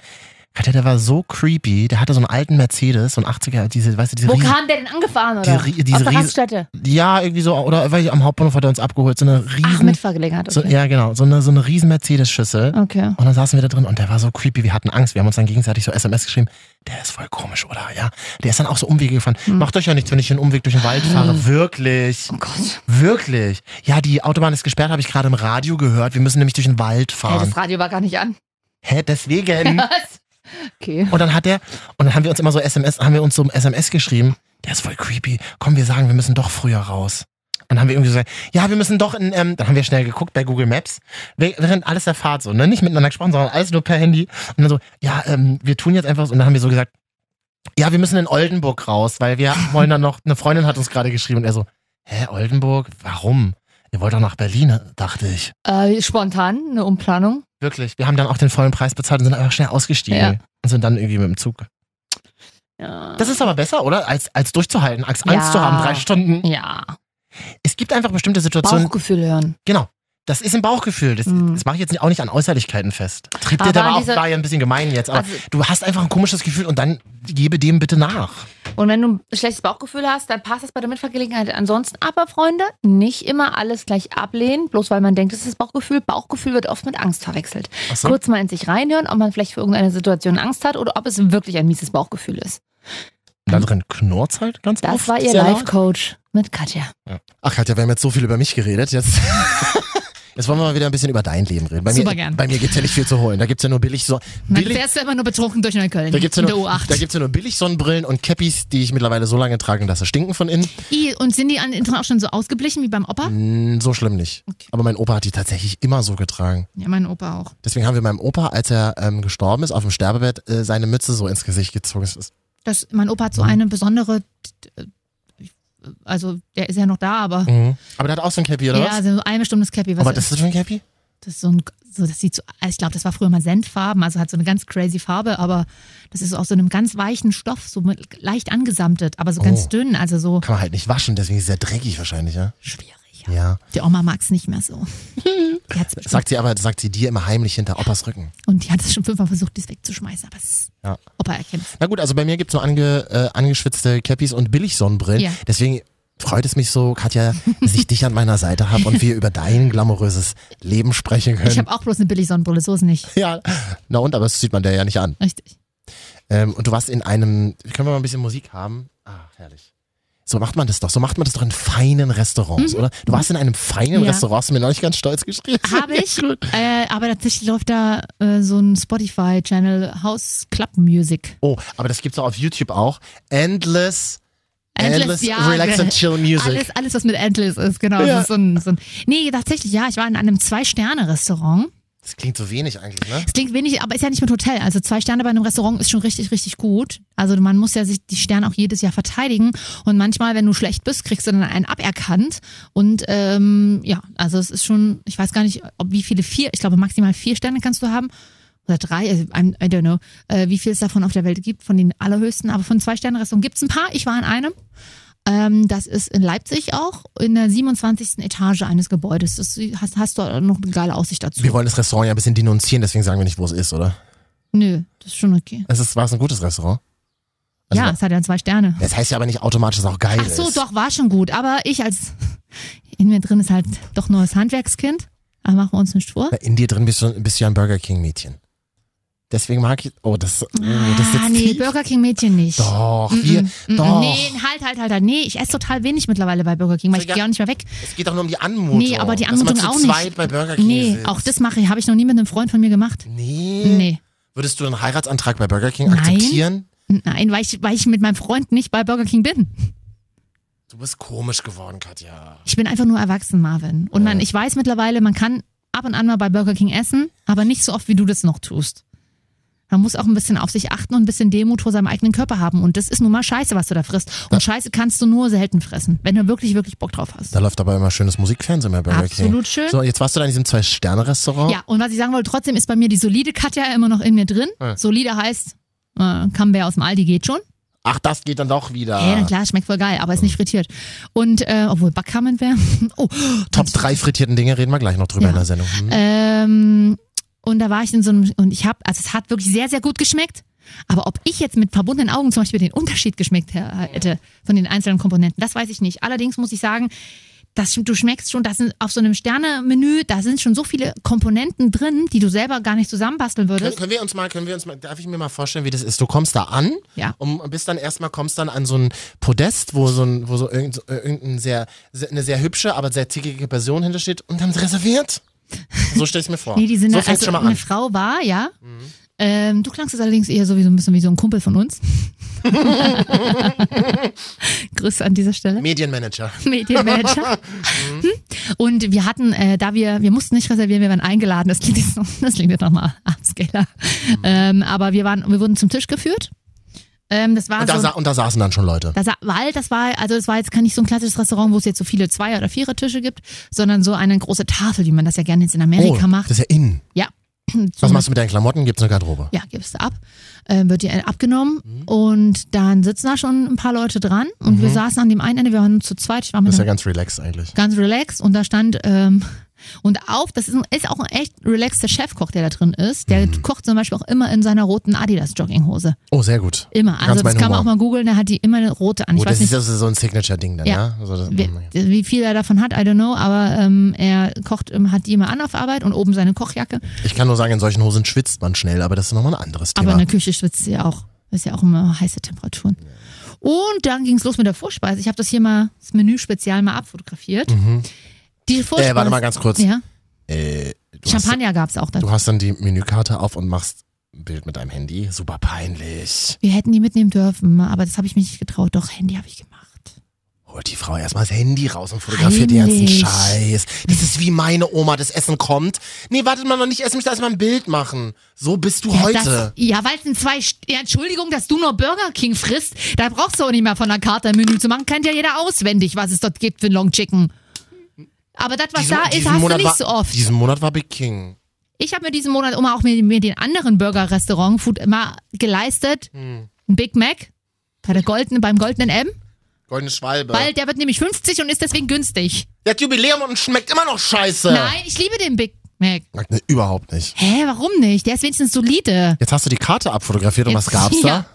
Katja, der war so creepy. Der hatte so einen alten Mercedes, so einen 80er, diese, weißt du, diese
Wo
riesen-
kam der denn angefahren,
die
oder?
Rie- diese
Aus der
Riese-
Raststätte.
Ja, irgendwie so, oder weil am Hauptbahnhof hat er uns abgeholt, so eine riesen,
Ach, mit Vergelegenheit.
so,
Okay.
ja genau, so eine, so eine riesen Mercedes-Schüssel.
okay.
Und dann saßen wir da drin und der war so creepy, wir hatten Angst. Wir haben uns dann gegenseitig so SMS geschrieben, der ist voll komisch, oder? Ja. Der ist dann auch so Umwege gefahren. Macht euch ja nichts, wenn ich einen Umweg durch den Wald fahre. Wirklich.
Oh Gott.
Wirklich. Ja, die Autobahn ist gesperrt, habe ich gerade im Radio gehört. Wir müssen nämlich durch den Wald
Hey,
fahren.
das Radio war gar nicht an.
Hä, deswegen.
Was? Okay.
Und dann hat er, und dann haben wir uns immer so SMS, haben wir uns so SMS geschrieben, der ist voll creepy. Komm, wir sagen, wir müssen doch früher raus. Dann haben wir irgendwie gesagt, ja, wir müssen doch in, ähm, dann haben wir schnell geguckt bei Google Maps, wäh- während alles der Fahrt so, ne? Nicht miteinander gesprochen, sondern alles nur per Handy. Und dann so, ja, ähm, wir tun jetzt einfach so, und dann haben wir so gesagt, ja, wir müssen in Oldenburg raus, weil wir wollen dann noch, eine Freundin hat uns gerade geschrieben und er so, hä, Oldenburg? Warum? Ihr wollt doch nach Berlin, dachte ich.
Äh, spontan, eine Umplanung.
Wirklich, wir haben dann auch den vollen Preis bezahlt und sind einfach schnell ausgestiegen
Ja.
und sind dann irgendwie mit dem Zug
Ja.
das ist aber besser, oder? Als, als durchzuhalten, als Angst
Ja.
zu haben, drei Stunden.
ja.
Es gibt einfach bestimmte Situationen.
Bauchgefühl hören.
Genau. Das ist ein Bauchgefühl. Das,
Mhm.
das mache ich jetzt auch nicht an Äußerlichkeiten fest. Trieb dir
Aber
da
an
auch
dieser-
war ja ein bisschen gemein jetzt. Aber
Also,
du hast einfach ein komisches Gefühl und dann gebe dem bitte nach.
und wenn du ein schlechtes Bauchgefühl hast, dann passt das bei der Mitfahrgelegenheit. Ansonsten aber, Freunde, nicht immer alles gleich ablehnen, bloß weil man denkt, es ist Bauchgefühl. Bauchgefühl wird oft mit Angst verwechselt.
Ach so.
Kurz mal in sich reinhören, ob man vielleicht für irgendeine Situation Angst hat oder ob es wirklich ein mieses Bauchgefühl ist.
Da drin knurrt halt ganz
Das
oft.
war ihr
sehr laut.
Life-Coach mit Katja.
Ach Katja, wir haben jetzt so viel über mich geredet. Jetzt, jetzt wollen wir mal wieder ein bisschen über dein Leben reden. Bei
Super
mir,
gern.
Bei mir gibt's ja nicht viel zu holen. Da gibt's ja nur billig, so,
Man
billig
fährst ja immer nur betrunken durch Neukölln.
Da gibt's ja
in der
nur, da
U8.
gibt's ja nur Billig-Sonnenbrillen und Cappies, die ich mittlerweile so lange trage, dass sie stinken von innen.
I, und sind die an den auch schon so ausgeblichen wie beim
Hm.
Opa?
Mm, So schlimm nicht.
Okay.
Aber mein Opa hat die tatsächlich immer so getragen.
Ja, mein Opa auch.
Deswegen haben wir meinem Opa, als er ähm, gestorben ist, auf dem Sterbebett, äh, seine Mütze so ins Gesicht gezogen. Es ist-
Das, mein Opa hat so eine besondere, äh, also der ist ja noch da, aber
Mhm. Aber der hat auch so ein Cappy, oder
ja,
was?
so ein bestimmtes Cappy. Was
Aber das ist schon ein Cappy?
das ist so ein, so das sieht so, also ich glaube, das war früher mal Senffarben, also hat so eine ganz crazy Farbe, aber das ist so aus so einem ganz weichen Stoff, so mit, leicht angesamtet, aber so
Oh.
ganz dünn, also so
Kann man halt nicht waschen, deswegen ist er dreckig wahrscheinlich, ja?
schwierig.
Ja.
Die Oma mag es nicht mehr so. Die hat's bestimmt-
Sagt sie aber, sagt sie dir immer heimlich hinter Opas Rücken.
und die hat es schon fünfmal versucht, das wegzuschmeißen, aber es,
Ja.
Opa erkennt es.
Na gut, also bei mir gibt's nur ange, äh, angeschwitzte Cappies und Billig-Sonnenbrillen.
Ja.
Deswegen freut es mich so, Katja, dass ich dich an meiner Seite habe und wir über dein glamouröses Leben sprechen können.
Ich habe auch bloß eine Billig-Sonnenbrille, so ist nicht.
Ja, na und, aber das sieht man der ja nicht an.
Richtig.
Ähm, und du warst in einem, können wir mal ein bisschen Musik haben? Ah, herrlich. So macht man das doch. So macht man das doch in feinen Restaurants, oder? Du warst in einem feinen
Mhm. Ja. Ah.
Restaurant, hast du mir neulich ganz stolz geschrieben.
Habe ich, äh, aber tatsächlich läuft da äh, so ein Spotify-Channel House Club Music.
Oh, aber das gibt's auch auf YouTube auch. Endless, endless,
Jahre.
relax and chill music.
Alles, alles, was mit Endless ist, genau.
Ja.
Das ist so ein, so ein, nee, tatsächlich, ja, ich war in einem Zwei-Sterne-Restaurant.
Das klingt so wenig eigentlich, ne?
Es klingt wenig, aber ist ja nicht mit Hotel. Also zwei Sterne bei einem Restaurant ist schon richtig, richtig gut. Also man muss ja sich die Sterne auch jedes Jahr verteidigen. Und manchmal, wenn du schlecht bist, kriegst du dann einen aberkannt. Und ähm, ja, also es ist schon, ich weiß gar nicht, ob wie viele vier, ich glaube maximal vier Sterne kannst du haben. Oder drei, also I'm- I don't know, äh, wie viel es davon auf der Welt gibt, von den allerhöchsten. Aber von zwei Sterne Restaurant gibt es ein paar. Ich war in einem. Ähm, das ist in Leipzig auch, in der 27. Etage eines Gebäudes. Das hast, hast du noch eine geile Aussicht dazu.
Wir wollen das Restaurant ja ein bisschen denunzieren, deswegen sagen wir nicht, wo es ist, oder?
Nö, das ist schon okay.
Es ist, war es ein gutes Restaurant? Also,
ja, es hat ja zwei Sterne.
Das heißt ja aber nicht automatisch, dass es auch geil
Ach so,
ist.
doch, war schon gut. Aber ich als in mir drin ist halt doch neues Handwerkskind. Aber machen wir uns nicht vor.
Na, In dir drin bist du, bist du ja ein Burger King-Mädchen. Deswegen mag ich. Oh, das, oh, das ist jetzt
ah, nee,
tief.
Burger King Mädchen nicht.
Doch,
Mm-mm,
wir.
mm-mm.
doch.
Nee, halt, halt, halt, halt. Nee, ich esse total wenig mittlerweile bei Burger King, weil ich
Digga.
gehe auch nicht mehr weg.
Es geht doch nur um die Anmutung.
Nee, aber die Anmutung
dass man
auch
zu
nicht.
zweit bei Burger King
Nee,
sitzt.
auch das mache ich. Habe ich noch nie mit einem Freund von mir gemacht.
Nee.
Nee.
Würdest du einen Heiratsantrag bei Burger King
Nein.
akzeptieren?
Nein, weil ich, weil ich mit meinem Freund nicht bei Burger King bin.
Du bist komisch geworden, Katja.
Ich bin einfach nur erwachsen, Marvin. Und man, ich weiß mittlerweile, man kann ab und an mal bei Burger King essen, aber nicht so oft, wie du das noch tust. Man muss auch ein bisschen auf sich achten und ein bisschen Demut vor seinem eigenen Körper haben. Und das ist nun mal Scheiße, was du da frisst. Und Scheiße kannst du nur selten fressen, wenn du wirklich, wirklich Bock drauf hast.
Da läuft aber immer schönes Musikfernsehen bei Burger King.
Absolut schön.
So, jetzt warst du da in diesem Zwei-Sterne-Restaurant.
Ja, und was ich sagen wollte, trotzdem ist bei mir die solide Katja immer noch in mir drin.
Ja.
Solide heißt, äh, Camembert aus dem Aldi geht schon.
Ach, das geht dann doch wieder.
Ja, na klar, schmeckt voll geil, aber ist nicht frittiert. Und äh, obwohl Backcamembert, oh,
Top drei frittierten Dinge reden wir gleich noch drüber
Ja. Äh,
in der Sendung. Hm.
Ähm, Und da war ich in so einem, und ich habe, also es hat wirklich sehr, sehr gut geschmeckt. Aber ob ich jetzt mit verbundenen Augen zum Beispiel den Unterschied geschmeckt hä- hätte von den einzelnen Komponenten, das weiß ich nicht. Allerdings muss ich sagen, das, du schmeckst schon, das sind auf so einem Sterne-Menü, da sind schon so viele Komponenten drin, die du selber gar nicht zusammenbasteln
Können,
würdest.
können wir uns mal, können wir uns mal, darf ich mir mal vorstellen, wie das ist? Du kommst da an
Ja.
und bist um, dann erstmal, kommst dann an so ein Podest, wo so ein, wo so irgend- äh, irgendein sehr, sehr, eine sehr hübsche, aber sehr tickige Person hintersteht und haben sie reserviert. So stell ich mir vor.
Nee, die sind
so fängt's
also
schon mal
eine
an. Mhm.
Frau war, ja. Ähm, du klangst jetzt allerdings eher sowieso ein bisschen wie so ein Kumpel von uns. Grüße an dieser Stelle.
Medienmanager.
Medienmanager. Hm? Und wir hatten, äh, da wir, wir mussten nicht reservieren, wir waren eingeladen. Das klingt jetzt, noch- das klingt jetzt nochmal upscaler.
Hm.
Ähm, aber wir waren, wir wurden zum Tisch geführt. Ähm, das war
Und da,
so,
sa und da saßen dann schon Leute.
das, weil das war, also es war jetzt kein nicht so ein klassisches Restaurant, wo es jetzt so viele Zweier- oder Vierer-Tische gibt, sondern so eine große Tafel, wie man das ja gerne jetzt in Amerika
oh,
macht.
Das ist ja innen.
Ja.
Was machst du mit deinen Klamotten? Gibt's eine Garderobe?
Ja, gibst du ab. Äh, wird dir abgenommen und dann sitzen da schon ein paar Leute dran und wir
Mhm.
saßen an dem einen Ende, wir waren zu zweit, ich war mit
Das ist ja
einer
ganz relaxed eigentlich.
ganz relaxed und da stand ähm, und auf, das ist, ein- ist auch ein echt relaxter Chefkoch, der da drin ist. Der
Mhm.
kocht zum Beispiel auch immer in seiner roten Adidas Jogginghose.
Oh, sehr gut.
Immer.
Ganz
Also das
mein
kann man auch
Humor.
mal googeln, der hat die immer eine rote an. Ich
Oh,
weiß
das
nicht,
ist also so ein Signature-Ding dann,
Ja.
ja? Also das,
wie, wie viel er davon hat, I don't know, aber ähm, er kocht, ähm, hat die immer an auf Arbeit und oben seine Kochjacke.
ich kann nur sagen, in solchen Hosen schwitzt man schnell, aber das ist nochmal ein anderes
Aber
Thema.
in der Küche schwitzt sie ja auch. Ist ja auch immer heiße Temperaturen. Und dann ging es los mit der Vorspeise. Ich habe das hier mal, das Menü spezial mal abfotografiert.
Mhm.
Die Vorspeise.
Äh, warte mal ganz kurz.
Ja.
Äh, du hast-
Champagner gab es auch dazu.
Du hast dann die Menükarte auf und machst ein Bild mit deinem Handy. Super peinlich.
Wir hätten die mitnehmen dürfen, aber das habe ich mich nicht getraut. Doch, Handy habe ich gemacht.
Holt die Frau erstmal das Handy raus und fotografiert den ganzen
Peinlich.
Scheiß. Das ist wie meine Oma, das Essen kommt. Nee, wartet mal noch nicht essen, ich lass mal ein Bild machen. So bist du
Ja, das,
heute.
ja weil es sind zwei. St ja, Entschuldigung, dass du nur Burger King frisst. Da brauchst du auch nicht mehr von der Karte ein Menü zu machen. Kennt ja jeder auswendig, was es dort gibt für ein Long Chicken. Aber das, was da ist, hast du nicht
war,
so oft.
Diesen Monat war Big King.
Ich habe mir diesen Monat immer auch mir, mir den anderen Burger-Restaurant Food immer geleistet.
Hm.
Ein Big Mac bei der goldenen, beim goldenen M,
Goldene Schwalbe.
weil der wird nämlich 50 und ist deswegen günstig.
Der hat Jubiläum und schmeckt immer noch scheiße.
Nein, ich liebe den Big Mac.
Sagt, Nee, überhaupt nicht.
Hä, warum nicht? Der ist wenigstens solide.
Jetzt hast du die Karte abfotografiert und was
Jetzt-
gab's
ja.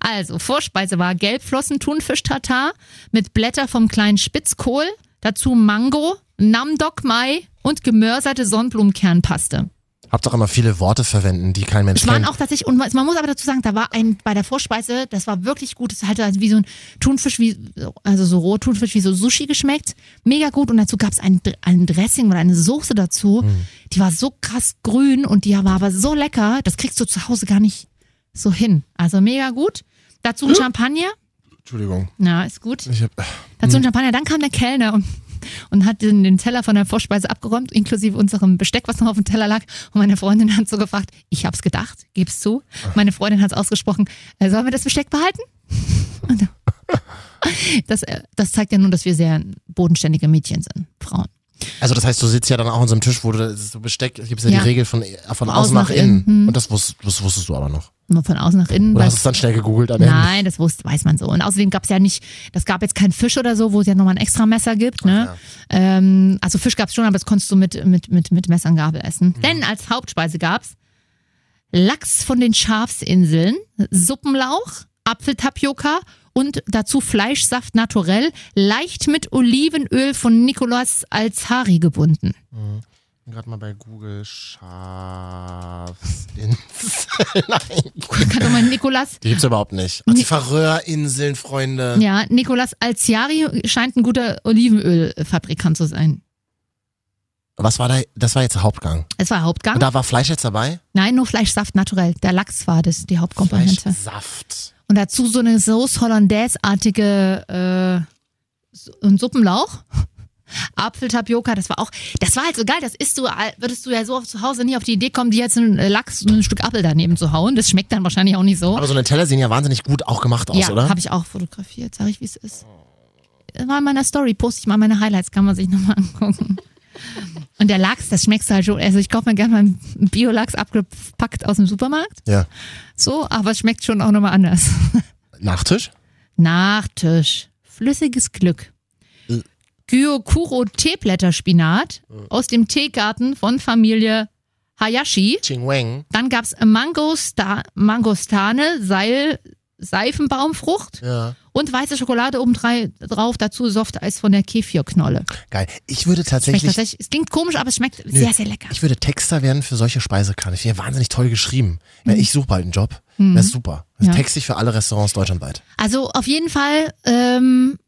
Also, Vorspeise war Gelbflossen Thunfisch-Tatar mit Blätter vom kleinen Spitzkohl, dazu Mango, Namdok Mai und gemörserte Sonnenblumenkernpaste.
da? Hab doch immer viele Worte verwenden, die kein Mensch
Es waren
kennt.
auch tatsächlich, und man man muss aber dazu sagen, da war ein, bei der Vorspeise, das war wirklich gut. Es hat halt wie so ein Thunfisch, wie, also so Rohthunfisch wie so Sushi geschmeckt. Mega gut. Und dazu gab es ein, Dr- ein Dressing oder eine Soße dazu. Die war so krass grün und die war aber so lecker, das kriegst du zu Hause gar nicht so hin. Also mega gut. Dazu ein Champagner.
Entschuldigung.
Na, ist gut.
Ich hab,
Dazu ein
Hm.
Champagner. Dann kam der Kellner und, und hat den, den Teller von der Vorspeise abgeräumt, inklusive unserem Besteck, was noch auf dem Teller lag. Und meine Freundin hat so gefragt, ich hab's gedacht, geb's zu.
Ah.
Meine Freundin hat's ausgesprochen, äh, sollen wir das Besteck behalten? Und- Das, äh, das zeigt ja nun, dass wir sehr bodenständige Mädchen sind, Frauen.
also das heißt, du sitzt ja dann auch an so einem Tisch, wo du das so Besteck, da gibt's ja,
Ja.
die Regel von, äh, von
Aus
außen
nach
nach innen.
innen, hm.
Und das, wusst, das wusstest du aber noch.
Immer von außen nach innen.
Oder
weil-
hast du es dann schnell gegoogelt am Ende?
Nein, das wusste, weiß man so. Und außerdem gab es ja nicht, das gab jetzt kein Fisch oder so, wo es ja nochmal ein extra Messer gibt. Ne? ähm, also Fisch gab es schon, aber das konntest du mit, mit, mit, mit Messer und Gabel
Mhm.
essen. Denn als Hauptspeise gab es Lachs von den Schafsinseln, Suppenlauch, Apfeltapioca und dazu Fleischsaft naturell, leicht mit Olivenöl von Nicolas Alzari gebunden.
Mhm. Ich bin gerade mal bei Google Schafsinseln eingeguckt.
Kann doch mal Nicolas
Die gibt's überhaupt nicht. Ach, die Färöerinseln, Freunde.
Ja, Nicolas Alciari scheint ein guter Olivenölfabrikant zu sein.
Was war da? Das war jetzt der Hauptgang.
Es war Hauptgang.
Und da war Fleisch jetzt dabei?
Nein, nur Fleischsaft naturell. Der Lachs war das, die Hauptkomponente.
Fleischsaft.
Und dazu so eine Sauce Hollandaise-artige äh, so- und Suppenlauch. Apfeltapioca, das war auch, das war halt so geil, das isst du, äh, würdest du ja so oft zu Hause nie auf die Idee kommen, dir jetzt einen äh, Lachs und ein Stück Apfel daneben zu hauen. Das schmeckt dann wahrscheinlich auch nicht so.
Aber so eine Teller sehen ja wahnsinnig gut auch gemacht aus,
ja,
oder?
habe ich auch fotografiert, sag ich, wie es ist. War in meiner Story, poste ich mal meine Highlights, kann man sich nochmal angucken. Und der Lachs, das schmeckst du halt schon. Also ich kaufe mir gerne mal einen Bio-Lachs abgepackt aus dem Supermarkt.
ja.
So, aber es schmeckt schon auch nochmal anders.
Nachtisch?
Nachtisch. Flüssiges Glück.
Äh.
Gyokuro Teeblätterspinat aus dem Teegarten von Familie Hayashi.
Chingweng.
Dann gab es Mangosta Mangostane, Seil, Seifenbaumfrucht
Ja.
und weiße Schokolade obendrei- drauf. Dazu Softeis von der Kefirknolle.
Geil. Ich würde
Schmeckt
tatsächlich.
tatsächlich, es klingt komisch, aber es schmeckt
Nö.
sehr, sehr lecker.
Ich würde Texter werden für solche Speisekarten. Ich finde ja wahnsinnig toll geschrieben. Ja, Ich suche bald einen Job.
Mhm.
Das ist super. Das
Ja.
texte ich für alle Restaurants deutschlandweit.
Also auf jeden Fall ähm,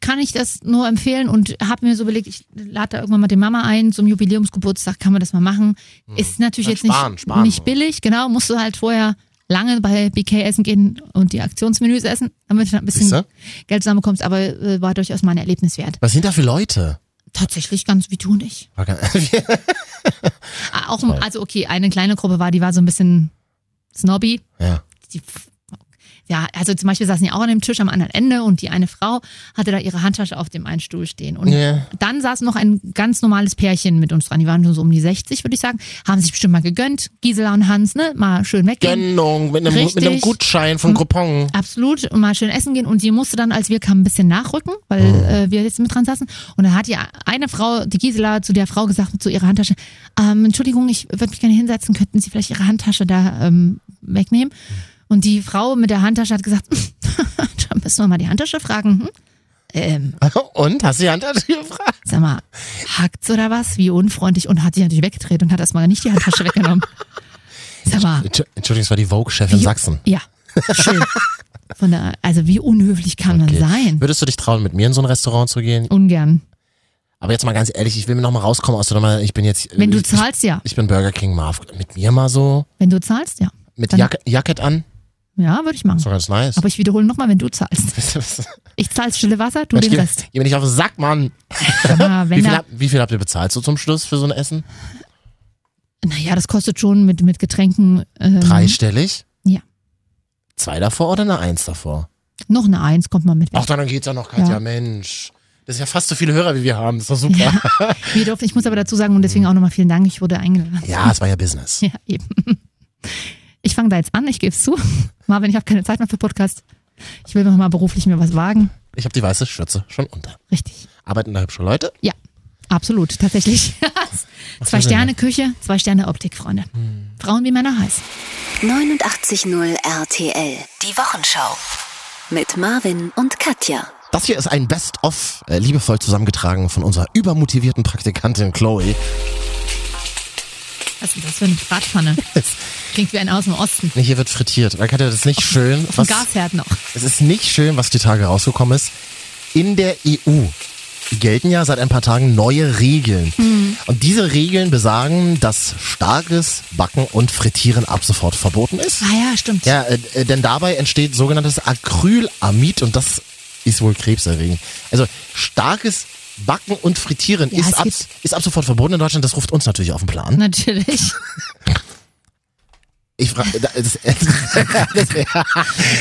kann ich das nur empfehlen und habe mir so überlegt, ich lade da irgendwann mal die Mama ein, zum Jubiläumsgeburtstag kann man das mal machen. Ist natürlich
Mhm. Na,
jetzt
sparen,
nicht,
sparen.
nicht billig, genau, musst du halt vorher lange bei BK essen gehen und die Aktionsmenüs essen, damit du ein bisschen
Siehste?
Geld zusammenbekommst, aber äh, war durchaus mal ein Erlebnis wert.
Was sind da für Leute?
Tatsächlich ganz wie du nicht.
War gar- Wir-
Ah, Auch, also okay, eine kleine Gruppe war, die war so ein bisschen snobby,
ja.
die, ja, also zum Beispiel saßen die auch an dem Tisch am anderen Ende und die eine Frau hatte da ihre Handtasche auf dem einen Stuhl stehen. Und
Ja.
dann saß noch ein ganz normales Pärchen mit uns dran. Die waren schon so um die 60, würde ich sagen. Haben sich bestimmt mal gegönnt. Gisela und Hans, ne? Mal schön weggehen.
Gönnung mit einem, mit einem
Richtig. Mhm.
Gutschein von Groupon.
Absolut, und mal schön essen gehen. Und sie musste dann, als wir kamen, ein bisschen nachrücken, weil
Oh.
äh, wir jetzt mit dran saßen. Und dann hat die eine Frau, die Gisela, zu der Frau gesagt, zu ihrer Handtasche, ähm, Entschuldigung, ich würde mich gerne hinsetzen, könnten Sie vielleicht Ihre Handtasche da ähm, wegnehmen?
Hm.
Und die Frau mit der Handtasche hat gesagt, da müssen wir mal die Handtasche fragen. Hm? Ähm,
Und? Hast du die Handtasche gefragt?
sag mal, hackt's oder was? Wie unfreundlich. Und hat sich natürlich weggedreht und hat erstmal nicht die Handtasche weggenommen. Sag mal,
Entsch- Entschuldigung, es war die Vogue-Chefin
Wie-
Sachsen.
Ah. ja, schön. Von der, also wie unhöflich kann
Okay.
man sein?
Würdest du dich trauen, mit mir in so ein Restaurant zu gehen?
Ungern.
Aber jetzt mal ganz ehrlich, ich will mir noch mal rauskommen aus der Nummer. Ich bin jetzt.
Wenn du
ich,
zahlst, ja.
Ich bin Burger King Marv. Mit mir mal so.
Wenn du zahlst, ja.
Mit
Dann-
Jack Jacket an.
Ja, würde ich
Ist doch
machen.
ganz nice.
Aber ich wiederhole nochmal, wenn du zahlst. Ich zahle stille Wasser, du
Mensch,
den
geh-
Rest.
Geh mir nicht auf den Sack, Mann.
Sag mal,
Wie
wenn
viel,
da,
habt- wie viel habt ihr bezahlt so zum Schluss für so ein Essen?
naja, das kostet schon mit, mit Getränken ähm,
Dreistellig?
Ja.
Zwei davor oder eine Eins davor?
noch eine Eins, kommt mal mit.
Ach, dann geht's ja noch, Katja,
Ja.
Mensch. Das ist ja fast so viele Hörer, wie wir haben. Das ist doch super.
Ja. Wir durften, ich muss aber dazu sagen, und deswegen auch nochmal vielen Dank, ich wurde eingeladen.
Ja, es war ja Business.
Ja, eben. Ich fange da jetzt an, ich gebe es zu. Marvin, ich habe keine Zeit mehr für Podcast. Ich will noch mal beruflich mir was wagen.
Ich habe die weiße Schürze schon unter.
Richtig.
Arbeiten da hübsche Leute?
Ja, absolut, tatsächlich. zwei Sterne Küche, zwei Sterne Optik, Freunde.
Hm.
Frauen wie Männer heiß.
89.0 RTL. Die Wochenschau. Mit Marvin und Katja.
Das hier ist ein Best-of, äh, liebevoll zusammengetragen von unserer übermotivierten Praktikantin Chloe.
Was ist das für eine Bratpfanne? Klingt wie ein aus dem Osten.
Nee, hier wird frittiert. Weil Katja, das ist nicht schön.
Auf dem
Was,
Gasherd noch.
es ist nicht schön, was die Tage rausgekommen ist. In der EU gelten ja seit ein paar Tagen neue Regeln.
Mhm.
Und diese Regeln besagen, dass starkes Backen und Frittieren ab sofort verboten ist.
Ah ja, stimmt.
Ja, äh, äh, denn dabei entsteht sogenanntes Acrylamid und das ist wohl krebserregend. Also starkes Backen und Frittieren
Ja,
ist,
es
ab,
gibt-
ist ab sofort verboten in Deutschland. Das ruft uns natürlich auf den Plan.
Natürlich.
Ich frage, das, das,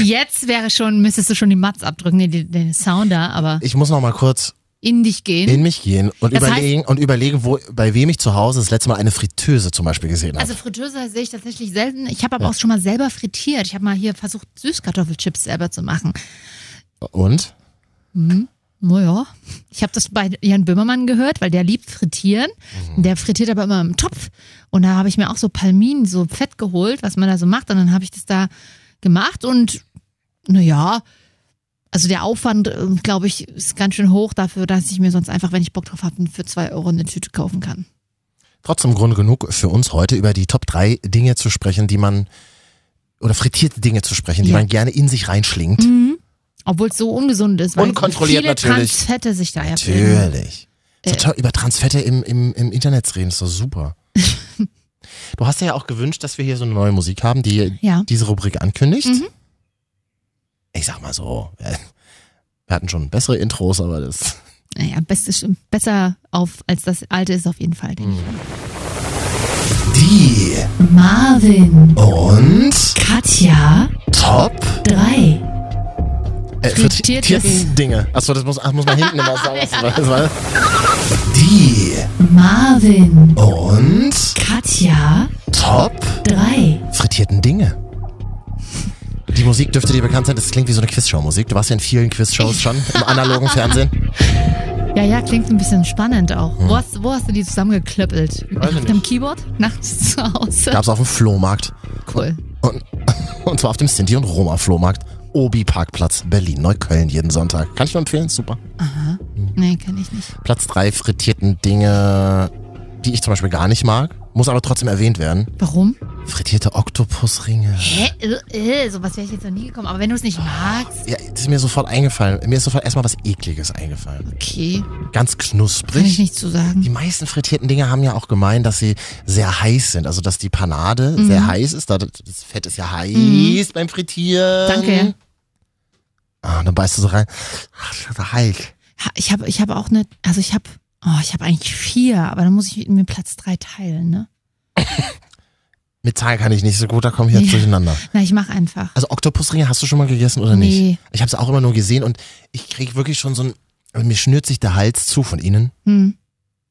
Jetzt wäre schon, müsstest du schon die Mats abdrücken, nee, die- den Sound da, aber
ich muss noch mal kurz
in dich gehen.
in mich gehen und
Das heißt-
überlegen und überlegen, wo, bei wem ich zu Hause das letzte Mal eine Fritteuse zum Beispiel gesehen habe.
also Fritteuse sehe ich tatsächlich selten. Ich habe aber auch schon mal selber frittiert. Ich habe mal hier versucht, Süßkartoffelchips selber zu machen. Also
und
Naja, ich habe das bei Jan Böhmermann gehört, weil der liebt frittieren.
Mhm.
Der frittiert aber immer im Topf. Und da habe ich mir auch so Palmin, so Fett geholt, was man da so macht. Und dann habe ich das da gemacht. Und naja, also der Aufwand, glaube ich, ist ganz schön hoch dafür, dass ich mir sonst einfach, wenn ich Bock drauf habe, für zwei Euro eine Tüte kaufen kann.
trotzdem Grund genug für uns heute über die Top 3 Dinge zu sprechen, die man oder frittierte Dinge zu sprechen, die
Ja. Mhm.
man gerne in sich reinschlingt.
Obwohl es so ungesund ist. Weil
Unkontrolliert
viele
natürlich.
Transfette sich da ja bilden.
Natürlich. So toll, über Transfette im, im, im Internet zu reden, ist doch super. du hast dir ja auch gewünscht, dass wir hier so eine neue Musik haben, die
Ja.
diese Rubrik ankündigt.
Mhm.
Ich sag mal so, wir wir hatten schon bessere Intros, aber das.
Naja, bestes, besser auf als das alte ist auf jeden Fall, denke
Mhm. Die
ich. Marvin,
und
Katja.
Top
3.
äh,
Frittiertes.
frittierten Dinge. Achso, das muss, ach, muss man hinten immer sagen. Das war- Die
Marvin,
und
Katja,
Top
3.
frittierten Dinge. Die Musik dürfte dir bekannt sein, das klingt wie so eine Quizshow-Musik. Du warst ja in vielen Quizshows schon im analogen Fernsehen.
Ja, ja, klingt ein bisschen spannend auch.
Hm.
Wo, hast, wo hast du die zusammengeklöppelt?
Weiß ich
auf dem
nicht.
Keyboard? Nachts zu Hause?
Gab's auf dem Flohmarkt.
Cool.
Und, und zwar auf dem Sinti- und Roma-Flohmarkt. Obi-Parkplatz, Berlin-Neukölln, jeden Sonntag. Kann ich nur empfehlen, super.
Aha. Nee, kenne ich nicht.
Platz drei frittierten Dinge, die ich zum Beispiel gar nicht mag, muss aber trotzdem erwähnt werden.
Warum?
Frittierte Oktopusringe.
Hä? Äh, äh, sowas wäre ich jetzt noch nie gekommen. Aber wenn du es nicht magst,
Ja, das ist mir sofort eingefallen. Mir ist sofort erstmal was Ekliges eingefallen.
okay.
Ganz
Kann ich
knusprig.
nichts zu sagen.
Die meisten frittierten Dinge haben ja auch gemein, dass sie sehr heiß sind. Also, dass die Panade
Mhm.
sehr heiß ist. da- Das Fett ist ja heiß
Mhm.
beim Frittieren.
Danke.
Ah, dann beißt du so rein. Ach, das ist heiß.
Ha- Ich habe ich hab auch eine, also ich habe, oh, ich habe eigentlich vier, aber dann muss ich mir Platz drei teilen, ne?
Mit Zahlen kann ich nicht so gut, da komme ich jetzt
Ja.
durcheinander.
Na, ich mache einfach.
Also Oktopusringe hast du schon mal gegessen oder nicht?
Nee.
Ich habe es auch immer nur gesehen und ich kriege wirklich schon so ein, also mir schnürt sich der Hals zu von ihnen.
Hm.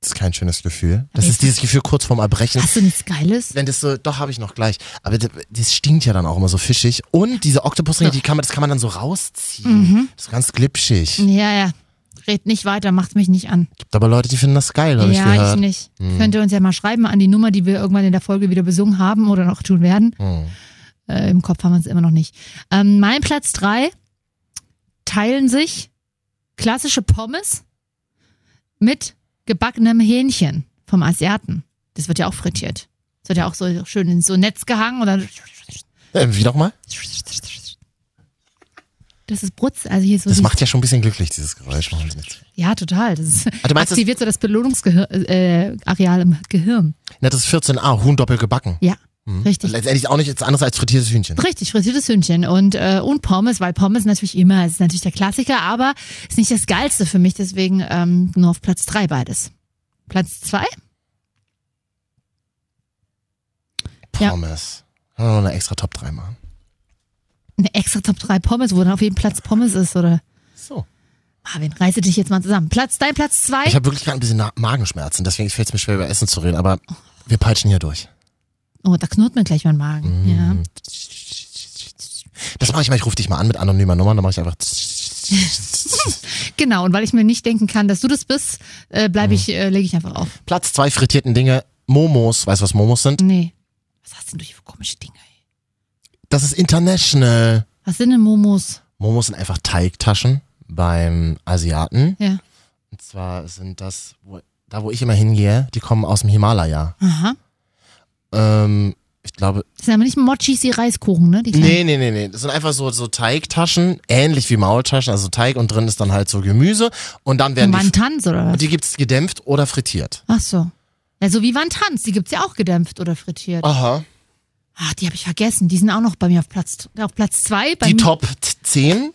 Das ist kein schönes Gefühl. Das
Aber
ist dieses Gefühl kurz vorm Erbrechen.
Hast du nichts Geiles?
Wenn das so, doch habe ich noch gleich. Aber das, das stinkt ja dann auch immer so fischig. Und diese Oktopusringe, die kann man, das kann man dann so rausziehen.
Mhm.
Das ist ganz glitschig.
Ja, ja. Red nicht weiter, macht mich nicht an.
Gibt aber Leute, die finden das geil, habe ich
ja,
gehört.
ich nicht.
Hm.
Könnt ihr uns ja mal schreiben an die Nummer, die wir irgendwann in der Folge wieder besungen haben oder noch tun werden.
Hm.
Äh, Im Kopf haben wir es immer noch nicht. Ähm, mein Platz drei teilen sich klassische Pommes mit gebackenem Hähnchen vom Asiaten. Das wird ja auch frittiert. Das wird ja auch so schön in so ein Netz gehangen oder
Äh, wie nochmal?
das ist Brutz, also hier so
Das
die-
macht ja schon ein bisschen glücklich, dieses Geräusch. Machen Sie nicht. Ah,
ja total. Das ist,
du meinst, das-
aktiviert so das Belohnungsareal äh, Areal im Gehirn.
Na, das ist 14a, Huhn doppelt gebacken.
Ja,
Mhm.
richtig.
Letztendlich auch nichts anderes als frittiertes Hühnchen.
Richtig, frittiertes Hühnchen und, äh, und Pommes, weil Pommes natürlich immer, ist natürlich der Klassiker, aber ist nicht das Geilste für mich, deswegen ähm, nur auf Platz drei beides. Platz zwei Ja.
Pommes. Kann man noch eine extra Top 3 machen.
eine extra Top drei Pommes, wo dann auf jedem Platz Pommes ist, oder?
So.
Marvin, reiße dich jetzt mal zusammen. Platz, dein Platz zwei
Ich habe wirklich gerade ein bisschen Na- Magenschmerzen, deswegen fällt es mir schwer, über Essen zu reden, aber wir peitschen hier durch.
Oh, da knurrt mir gleich mein Magen. Ja.
Mm. Das mache ich mal, ich rufe dich mal an mit anonymer Nummer, dann mache ich einfach.
Genau, und weil ich mir nicht denken kann, dass du das bist, äh, bleibe ich, äh, lege ich einfach auf.
Platz zwei frittierten Dinge. Momos, weißt du, was Momos sind?
Nee. Was hast denn du hier für komische Dinge?
Das ist international.
Was sind denn Momos?
Momos sind einfach Teigtaschen beim Asiaten.
Ja.
Und zwar sind das, wo, da wo ich immer hingehe, die kommen aus dem Himalaya.
Aha.
Ähm, ich glaube,
Das sind aber nicht Mochis, die Reiskuchen, ne? Die kleinen.
Nee, nee, nee, nee. Das sind einfach so, so Teigtaschen, ähnlich wie Maultaschen, also Teig und drin ist dann halt so Gemüse und dann werden
Wantans
die,
oder was?
und die gibt's gedämpft oder frittiert.
Ach so. Ja, so wie Wantans, die gibt's ja auch gedämpft oder frittiert.
Aha.
Ach, die habe ich vergessen. Die sind auch noch bei mir auf Platz auf Platz zwei. Bei
Die
mir-
Top 10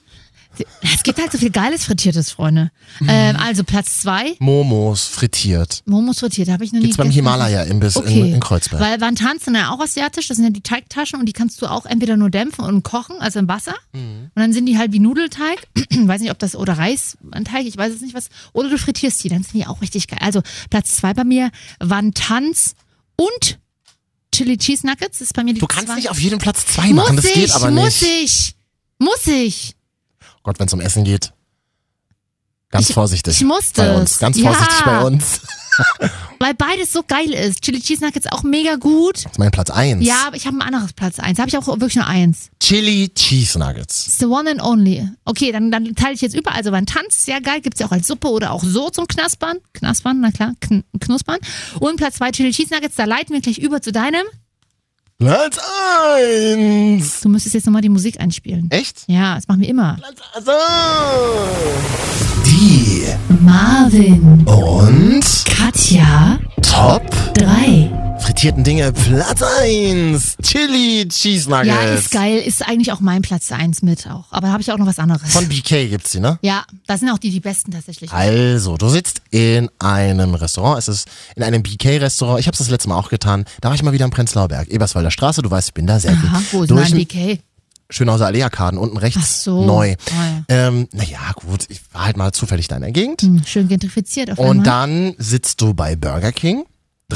Es gibt halt so viel geiles frittiertes, Freunde.
Mhm.
Ähm, also Platz zwei.
Momos frittiert.
Momos frittiert, habe ich noch
Gibt's
nie
beim
gegessen.
Himalaya-Imbiss in-
okay.
in Kreuzberg.
Weil Wantans sind ja auch asiatisch, das sind ja die Teigtaschen und die kannst du auch entweder nur dämpfen und kochen, also im Wasser.
Mhm.
Und dann sind die halt wie Nudelteig, weiß nicht, ob das, oder Reisanteig, ich weiß es nicht was. Oder du frittierst die, dann sind die auch richtig geil. Also Platz zwei bei mir, Wantans und Chili Cheese Nuggets ist bei mir die
Du kannst
zwei.
nicht auf jedem Platz zwei machen,
muss
das
ich,
geht aber
muss
nicht.
Muss ich, muss ich.
Gott, wenn's um Essen geht. Ganz
Ich-
vorsichtig.
ich muss
Bei
das.
uns, ganz
Ja.
vorsichtig bei uns.
Weil beides so geil ist. Chili Cheese Nuggets auch mega gut.
Das ist mein Platz 1.
Ja, aber ich habe ein anderes Platz eins. Da habe ich auch wirklich nur eins.
Chili Cheese Nuggets.
It's the one and only. Okay, dann, dann teile ich jetzt überall. Also beim Tanz, sehr geil, gibt's ja auch als Suppe oder auch so zum Knaspern. Knaspern, na klar, kn knuspern. Und Platz zwei Chili Cheese Nuggets, da leiten wir gleich über zu deinem.
Platz 1.
Du müsstest jetzt nochmal die Musik einspielen.
Echt?
Ja, das machen wir immer.
Also. Die
Marvin,
und
Katja,
Top
drei.
Frittierten Dinge, Platz 1. Chili Cheese Nuggets.
Ja, ist geil, ist eigentlich auch mein Platz eins mit auch. Aber da habe ich auch noch was anderes.
Von BK gibt's die, ne?
ja, da sind auch die die besten tatsächlich.
Also, du sitzt in einem Restaurant, es ist in einem BK-Restaurant. Ich habe das letzte Mal auch getan. Da war ich mal wieder im Prenzlauer Berg, Eberswalder Straße, du weißt, ich bin da selten.
Aha, wo ist
Durch
mein
ein-
BK?
Schönhauser Allee-Arkaden, unten rechts,
Ach so.
neu.
Ah,
Ähm, naja, gut, ich war halt mal zufällig da in der Gegend.
Hm, schön gentrifiziert auf
Und
einmal.
dann sitzt du bei Burger King.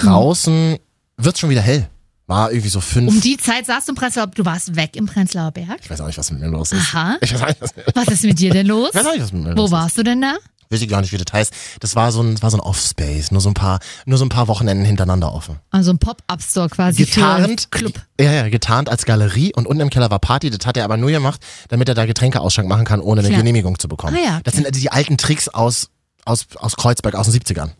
Draußen wird's schon wieder hell. War irgendwie so fünf.
um die Zeit saß du im Prenzlauer, du warst weg im Prenzlauer Berg.
ich weiß auch nicht, was mit mir los ist.
Aha.
Ich weiß auch nicht, was,
Was ist mit dir denn los?
ich weiß auch nicht, was mit mir
Wo
los
warst du denn da?
ist. weiß ich gar nicht, wie das heißt. Das war so ein, war so ein Off-Space, nur so ein paar, nur so ein paar Wochenenden hintereinander offen.
Also ein Pop-Up-Store quasi. Also für
Getarnt.
Club.
Ja, ja, getarnt als Galerie und unten im Keller war Party. Das hat er aber nur gemacht, damit er da Getränkeausschank machen kann, ohne eine
Klar.
Genehmigung zu bekommen.
Ah ja,
Das sind also die alten Tricks aus, aus, aus Kreuzberg aus den 70ern.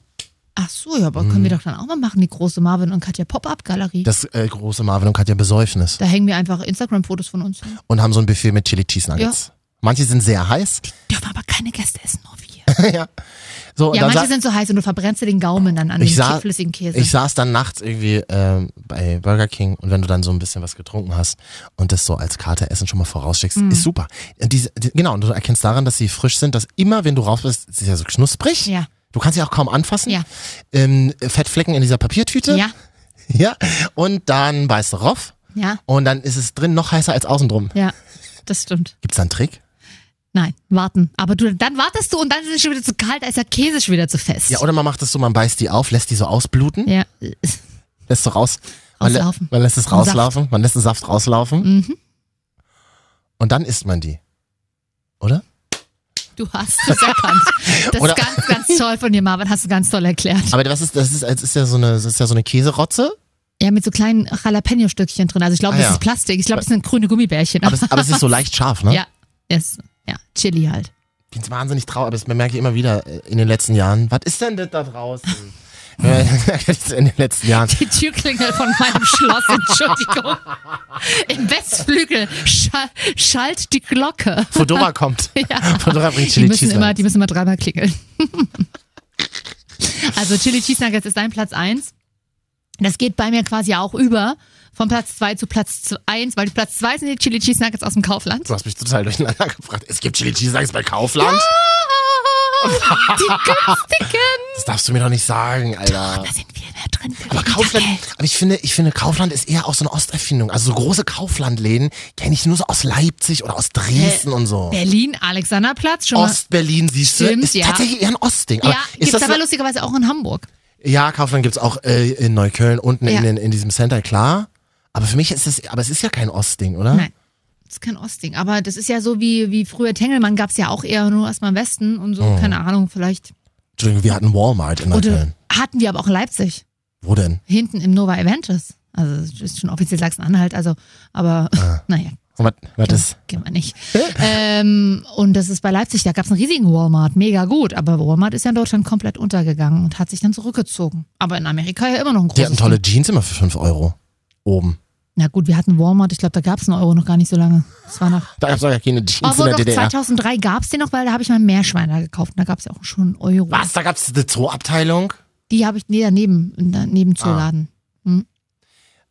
Ach so, ja, aber können wir doch dann auch mal machen, die große Marvin und Katja Pop-Up-Galerie.
Hm. Das äh, große Marvin und Katja Besäufnis.
Da hängen wir einfach Instagram-Fotos von uns. hin.
Und haben so ein Buffet mit Chili Cheese Nuggets.
Ja.
Manche sind sehr heiß.
Dürfen aber keine Gäste essen, nur wir.
ja. So, und
ja,
dann
manche
sa-
sind so heiß und du verbrennst dir den Gaumen dann an
ich,
dem
sa
flüssigen Käse.
ich saß dann nachts irgendwie ähm, bei Burger King und wenn du dann so ein bisschen was getrunken hast und das so als Karte Essen schon mal vorausschickst,
Mhm.
ist super. Und Diese, die, genau, und du erkennst daran, dass sie frisch sind, dass immer, wenn du raus bist, sie ist ja so knusprig.
Ja.
Du kannst sie auch kaum anfassen.
Ja.
Ähm, Fettflecken in dieser Papiertüte.
Ja.
Ja. Und dann beißt du rauf
ja,
und dann ist es drin noch heißer als außen drum.
ja, das stimmt.
Gibt's da einen Trick?
Nein, warten. Aber du, dann wartest du und dann ist es schon wieder zu kalt, da ist der Käse schon wieder zu fest.
Ja, oder man macht das so, man beißt die auf, lässt die so ausbluten.
Ja.
lässt du raus. Man, lä-
Rauslaufen.
man lässt es
Und
rauslaufen, man lässt den Saft rauslaufen
Mhm.
und dann isst man die. Oder?
Du hast es erkannt. Das
Oder-
ist ganz, ganz toll von dir, Marvin. Hast du ganz toll erklärt.
Aber was ist, das ist, das ist ja so eine, das ist ja so eine Käserotze,
Ja, mit so kleinen Jalapeno-Stückchen drin. Also ich glaube,
Ah,
das
ja.
ist Plastik. Ich glaube, das sind grüne Gummibärchen.
aber es, aber es ist so leicht scharf, ne?
Ja, es, ja, Chili halt.
Ich bin wahnsinnig traurig, aber das merke ich immer wieder äh, in den letzten Jahren. Was ist denn das da draußen? Ja, das in den letzten Jahren.
Die Türklingel von meinem Schloss, Entschuldigung. Im Westflügel schall, schallt die Glocke.
Fodora kommt.
Ja.
Fodora bringt
Die
Chili
müssen,
Cheese.
immer,
rein.
die müssen immer dreimal klingeln. also Chili Cheese Nuggets ist dein Platz 1. Das geht bei mir quasi auch über von Platz 2 zu Platz 1, weil Platz 2 sind die Chili Cheese Nuggets aus dem Kaufland.
Du hast mich total durcheinander gefragt. Es gibt Chili Cheese Nuggets bei Kaufland?
Die günstigen.
Das darfst du mir doch nicht sagen, Alter.
Da sind viel mehr drin. für
Aber
weniger
Kaufland,
Geld.
aber ich finde, ich finde, Kaufland ist eher auch so eine Osterfindung. Also so große Kauflandläden kenne ich nur so aus Leipzig oder aus Dresden und so.
Berlin, Alexanderplatz, schon mal.
Ostberlin, siehst du,
Stimmt,
ist
ja.
tatsächlich eher ein Ostding. Aber
Ja,
ist
gibt's
das
aber
eine-
lustigerweise auch in Hamburg.
ja, Kaufland gibt's auch äh, in Neukölln unten
Ja.
in, den, in diesem Center, klar. Aber für mich ist es, aber es ist ja kein Ostding, oder?
Nein. Das ist kein Ostding. Aber das ist ja so wie, wie früher Tengelmann gab es ja auch eher nur erstmal im Westen und so,
Mhm.
keine Ahnung, vielleicht.
Entschuldigung, wir hatten Walmart in
Oder
Neukölln.
hatten wir aber auch in Leipzig.
Wo denn?
hinten im Nova Eventis. Also das ist schon offiziell Sachsen-Anhalt, also, aber
Ah.
naja,
Und Was, was ist?
gehen wir nicht.
Äh.
ähm, und das ist bei Leipzig, da gab es einen riesigen Walmart, mega gut, aber Walmart ist ja in Deutschland komplett untergegangen und hat sich dann zurückgezogen. Aber in Amerika ja immer noch ein
Die hatten
großes.
tolle
Ding.
Jeans immer für 5 Euro. Oben.
Na gut, wir hatten Walmart, ich glaube, da gab es einen Euro noch gar nicht so lange. Das war noch.
Da gab's doch ja keine Jeans in
Obwohl
der
doch
DDR.
2003 gab es den noch, weil da habe ich mal einen Meerschweiner gekauft und da gab es ja auch schon einen Euro.
Was? Da gab's eine Zoo-Abteilung?
Die habe ich nee, daneben, daneben zu laden.
Ah.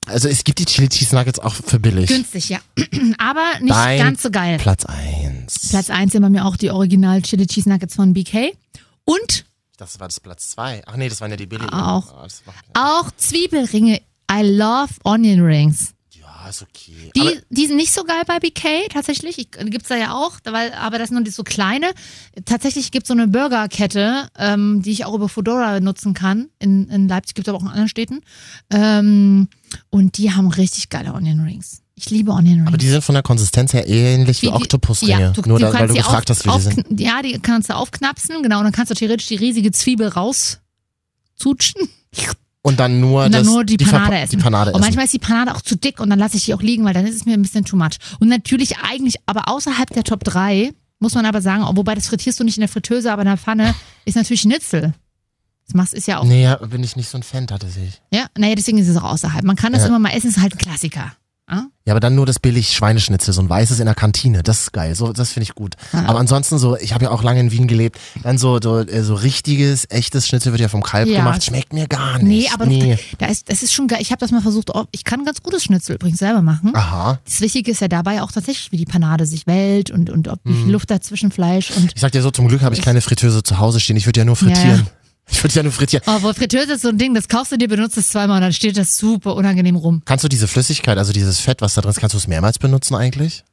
Also es gibt die Chili Cheese Nuggets auch für billig.
Günstig, ja. aber nicht
Dein
ganz so geil.
Platz 1.
Platz 1 sind bei mir auch die Original Chili Cheese Nuggets von BK. Und
Das war das Platz 2. Ach nee, das waren ja die billigen.
Auch.
Ah, das war-
auch Zwiebelringe. I love Onion Rings.
Ja, ist okay. Aber
Die, die sind nicht so geil bei BK tatsächlich. Ich- Gibt's da ja auch, weil, aber das sind nur die so kleine. Tatsächlich gibt's so eine Burgerkette, ähm, die ich auch über Fodora nutzen kann. In, in Leipzig gibt's aber auch in anderen Städten. Ähm, und die haben richtig geile Onion Rings. Ich liebe Onion Rings.
aber die sind von der Konsistenz her ähnlich wie,
die-
Oktopusringe.
Ja,
Nur da,
kannst
weil du
die
gefragt
auf-
hast, wie die
auf-
sind.
Ja, die kannst du aufknapsen, genau. Und dann kannst du theoretisch die riesige Zwiebel rauszutschen
Und dann nur,
und dann
das,
nur die,
Ver-
Panade essen.
Die Panade
und
essen.
manchmal ist die Panade auch zu dick und dann lasse ich die auch liegen, weil dann ist es mir ein bisschen too much. Und natürlich eigentlich, aber außerhalb der Top 3, muss man aber sagen, wobei das frittierst du nicht in der Fritteuse, aber in der Pfanne, ist natürlich Schnitzel. Das machst ist ja auch.
Nee, ja, bin ich nicht so ein Fan tatsächlich.
Ja, naja, deswegen ist es auch außerhalb. Man kann das
Ja.
immer mal essen, ist halt ein Klassiker. Ja?
Ja, aber dann nur das billig Schweineschnitzel, so ein weißes in der Kantine. Das ist geil. So, das finde ich gut. Aber ansonsten so, ich habe ja auch lange in Wien gelebt. Dann so, so, äh, so richtiges, echtes Schnitzel wird ja vom Kalb
Ja.
gemacht. Schmeckt mir gar nicht.
Nee, aber
Nee.
Da, da ist, das ist schon geil. Ich habe das mal versucht. Oh, ich kann ganz gutes Schnitzel übrigens selber machen.
Aha.
Das Wichtige ist ja dabei auch tatsächlich, wie die Panade sich wählt und, und ob wie
Mhm.
viel Luft dazwischen Fleisch und.
Ich sag dir so, zum Glück habe ich keine Fritteuse zu Hause stehen. Ich würde ja nur frittieren.
Ja.
Ich würde ja nur frittieren.
Obwohl oh, Fritteuse ist so ein Ding, das kaufst du dir, benutzt es zweimal und dann steht das super unangenehm rum.
Kannst du diese Flüssigkeit, also dieses Fett, was da drin ist, kannst du es mehrmals benutzen eigentlich?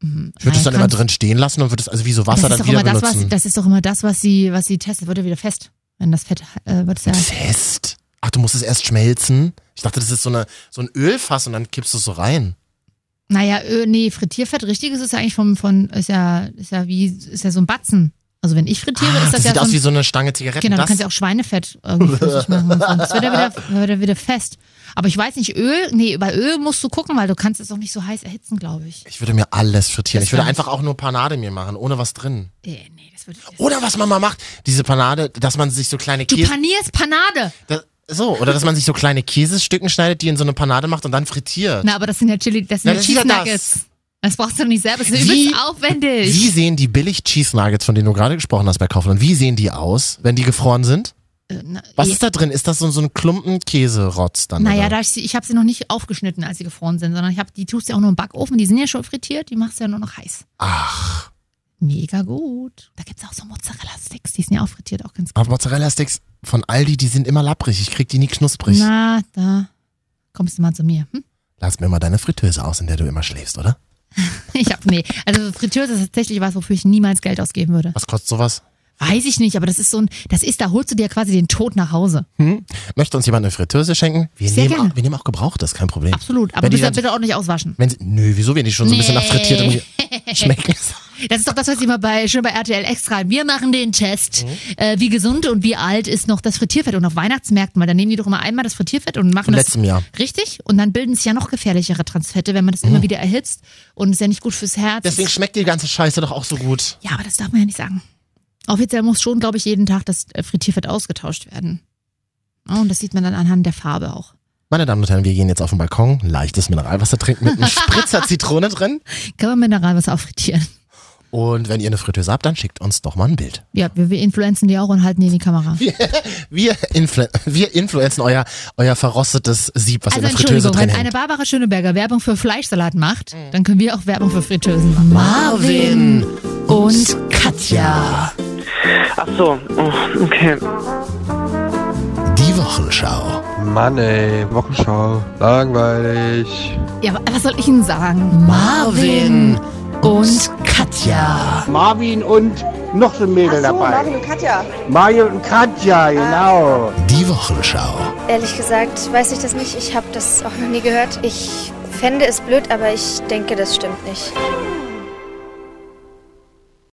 Ich würde es dann
Mhm. Nein,
immer
kannst-
drin stehen lassen und würde es also wie so Wasser
das ist
dann
doch
wieder
immer das, was,
benutzen.
das ist doch immer das, was sie, was sie testet. Wird ja wieder fest. Wenn das Fett äh, wird es ja.
Fest. Ach, du musst es erst schmelzen. Ich dachte, das ist so, eine, so ein Ölfass und dann kippst du es so rein.
Naja, Ö, nee, Frittierfett, richtiges ist ja eigentlich vom, von, ist ja, ist ja wie, ist ja so ein Batzen. Also wenn ich frittiere,
Ah,
ist
das
das, ja
sieht
so
aus
ein-
wie so eine Stange Zigaretten.
Genau, du
das
kannst ja auch Schweinefett irgendwie flüssig machen. und so. Das wird ja wieder, wird ja wieder fest. Aber ich weiß nicht, Öl, nee, bei Öl musst du gucken, weil du kannst es auch nicht so heiß erhitzen, glaube ich.
ich würde mir alles frittieren.
Das
Ich würde
kann ich.
einfach auch nur Panade mir machen, ohne was drin.
Äh, nee, das würde
Oder was man mal macht, diese Panade, dass man sich so kleine
Du
Käse...
panierst Panade.
Da- so, oder dass man sich so kleine Käsestücken schneidet, die in so eine Panade macht und dann frittiert.
Na, aber das sind ja Chili, das
Na,
sind ja
das ist
Cheese
ja das.
Nuggets. Das. brauchst du doch nicht selber. Das ist
Wie-
übelst aufwendig.
Wie sehen die billig Cheese Nuggets, von denen du gerade gesprochen hast bei Kaufland, wie sehen die aus, wenn die gefroren sind?
na,
Was
eh.
ist da drin? Ist das so, so ein Klumpen Käserotz dann?
Naja,
oder?
da ich, sie- ich habe sie noch nicht aufgeschnitten, als sie gefroren sind, sondern ich habe die tust ja auch nur im Backofen. Die sind ja schon frittiert, die machst du ja nur noch heiß.
Ach,
Mega gut. Da gibt's auch so Mozzarella-Sticks, die sind ja auch frittiert, auch ganz gut.
aber Mozzarella-Sticks von Aldi, die sind immer lapprig. Ich krieg die nie knusprig.
Na, da kommst du mal zu mir. Hm?
Lass mir mal deine Fritteuse aus, in der du immer schläfst, oder?
Ich hab, nee. Also Fritteuse ist tatsächlich was, wofür ich niemals Geld ausgeben würde.
Was kostet sowas?
Weiß ich nicht, aber das ist so ein, das ist, da holst du dir quasi den Tod nach Hause.
Hm? Möchte uns jemand eine Fritteuse schenken? Wir,
Sehr
nehmen
gerne.
auch, wir nehmen auch Gebrauchtes, kein Problem.
Absolut. Aber
Wenn die
bitte,
dann-
bitte ordentlich auswaschen.
Wenn sie, nö, wieso, wenn die schon so ein bisschen nach frittiertem schmecken?
Das ist doch das, was immer bei, schön bei RTL extra. haben. Wir machen den Test. Äh, wie gesund und wie alt ist noch das Frittierfett? Und auf Weihnachtsmärkten, weil da nehmen die doch immer einmal das Frittierfett und machen
Von
das.
letztem Jahr.
Richtig. Und dann bilden sich ja noch gefährlichere Transfette, wenn man das immer wieder erhitzt. Und ist ja nicht gut fürs Herz.
Deswegen schmeckt die ganze Scheiße doch auch so gut.
ja, aber das darf man ja nicht sagen. Offiziell muss schon, glaube ich, jeden Tag das äh, Frittierfett ausgetauscht werden. Ja, und das sieht man dann anhand der Farbe auch.
Meine Damen und Herren, wir gehen jetzt auf den Balkon, leichtes Mineralwasser trinken mit einem Spritzer Zitrone drin.
Kann man Mineralwasser auch frittieren.
Und wenn ihr eine Fritteuse habt, dann schickt uns doch mal ein Bild.
Ja, wir, wir influenzen die auch und halten die in die Kamera.
Wir, Influ wir influenzen euer, euer verrostetes Sieb, was
Also
in der Fritteuse
Entschuldigung,
drin
wenn
hängt.
eine Barbara Schöneberger Werbung für Fleischsalat macht, dann können wir auch Werbung für Fritteusen machen.
Marvin
und Katja.
Ach so, oh, okay.
Die Wochenschau.
Mann, ey, Wochenschau. Langweilig.
Ja, aber was soll ich Ihnen sagen?
Marvin
und
Katja.
Marvin und noch so ein Mädel dabei. Marvin und Katja. Mario und Katja, genau.
Die Wochenschau.
Ehrlich gesagt weiß ich das nicht. Ich habe das auch noch nie gehört. Ich fände es blöd, aber ich denke, das stimmt nicht.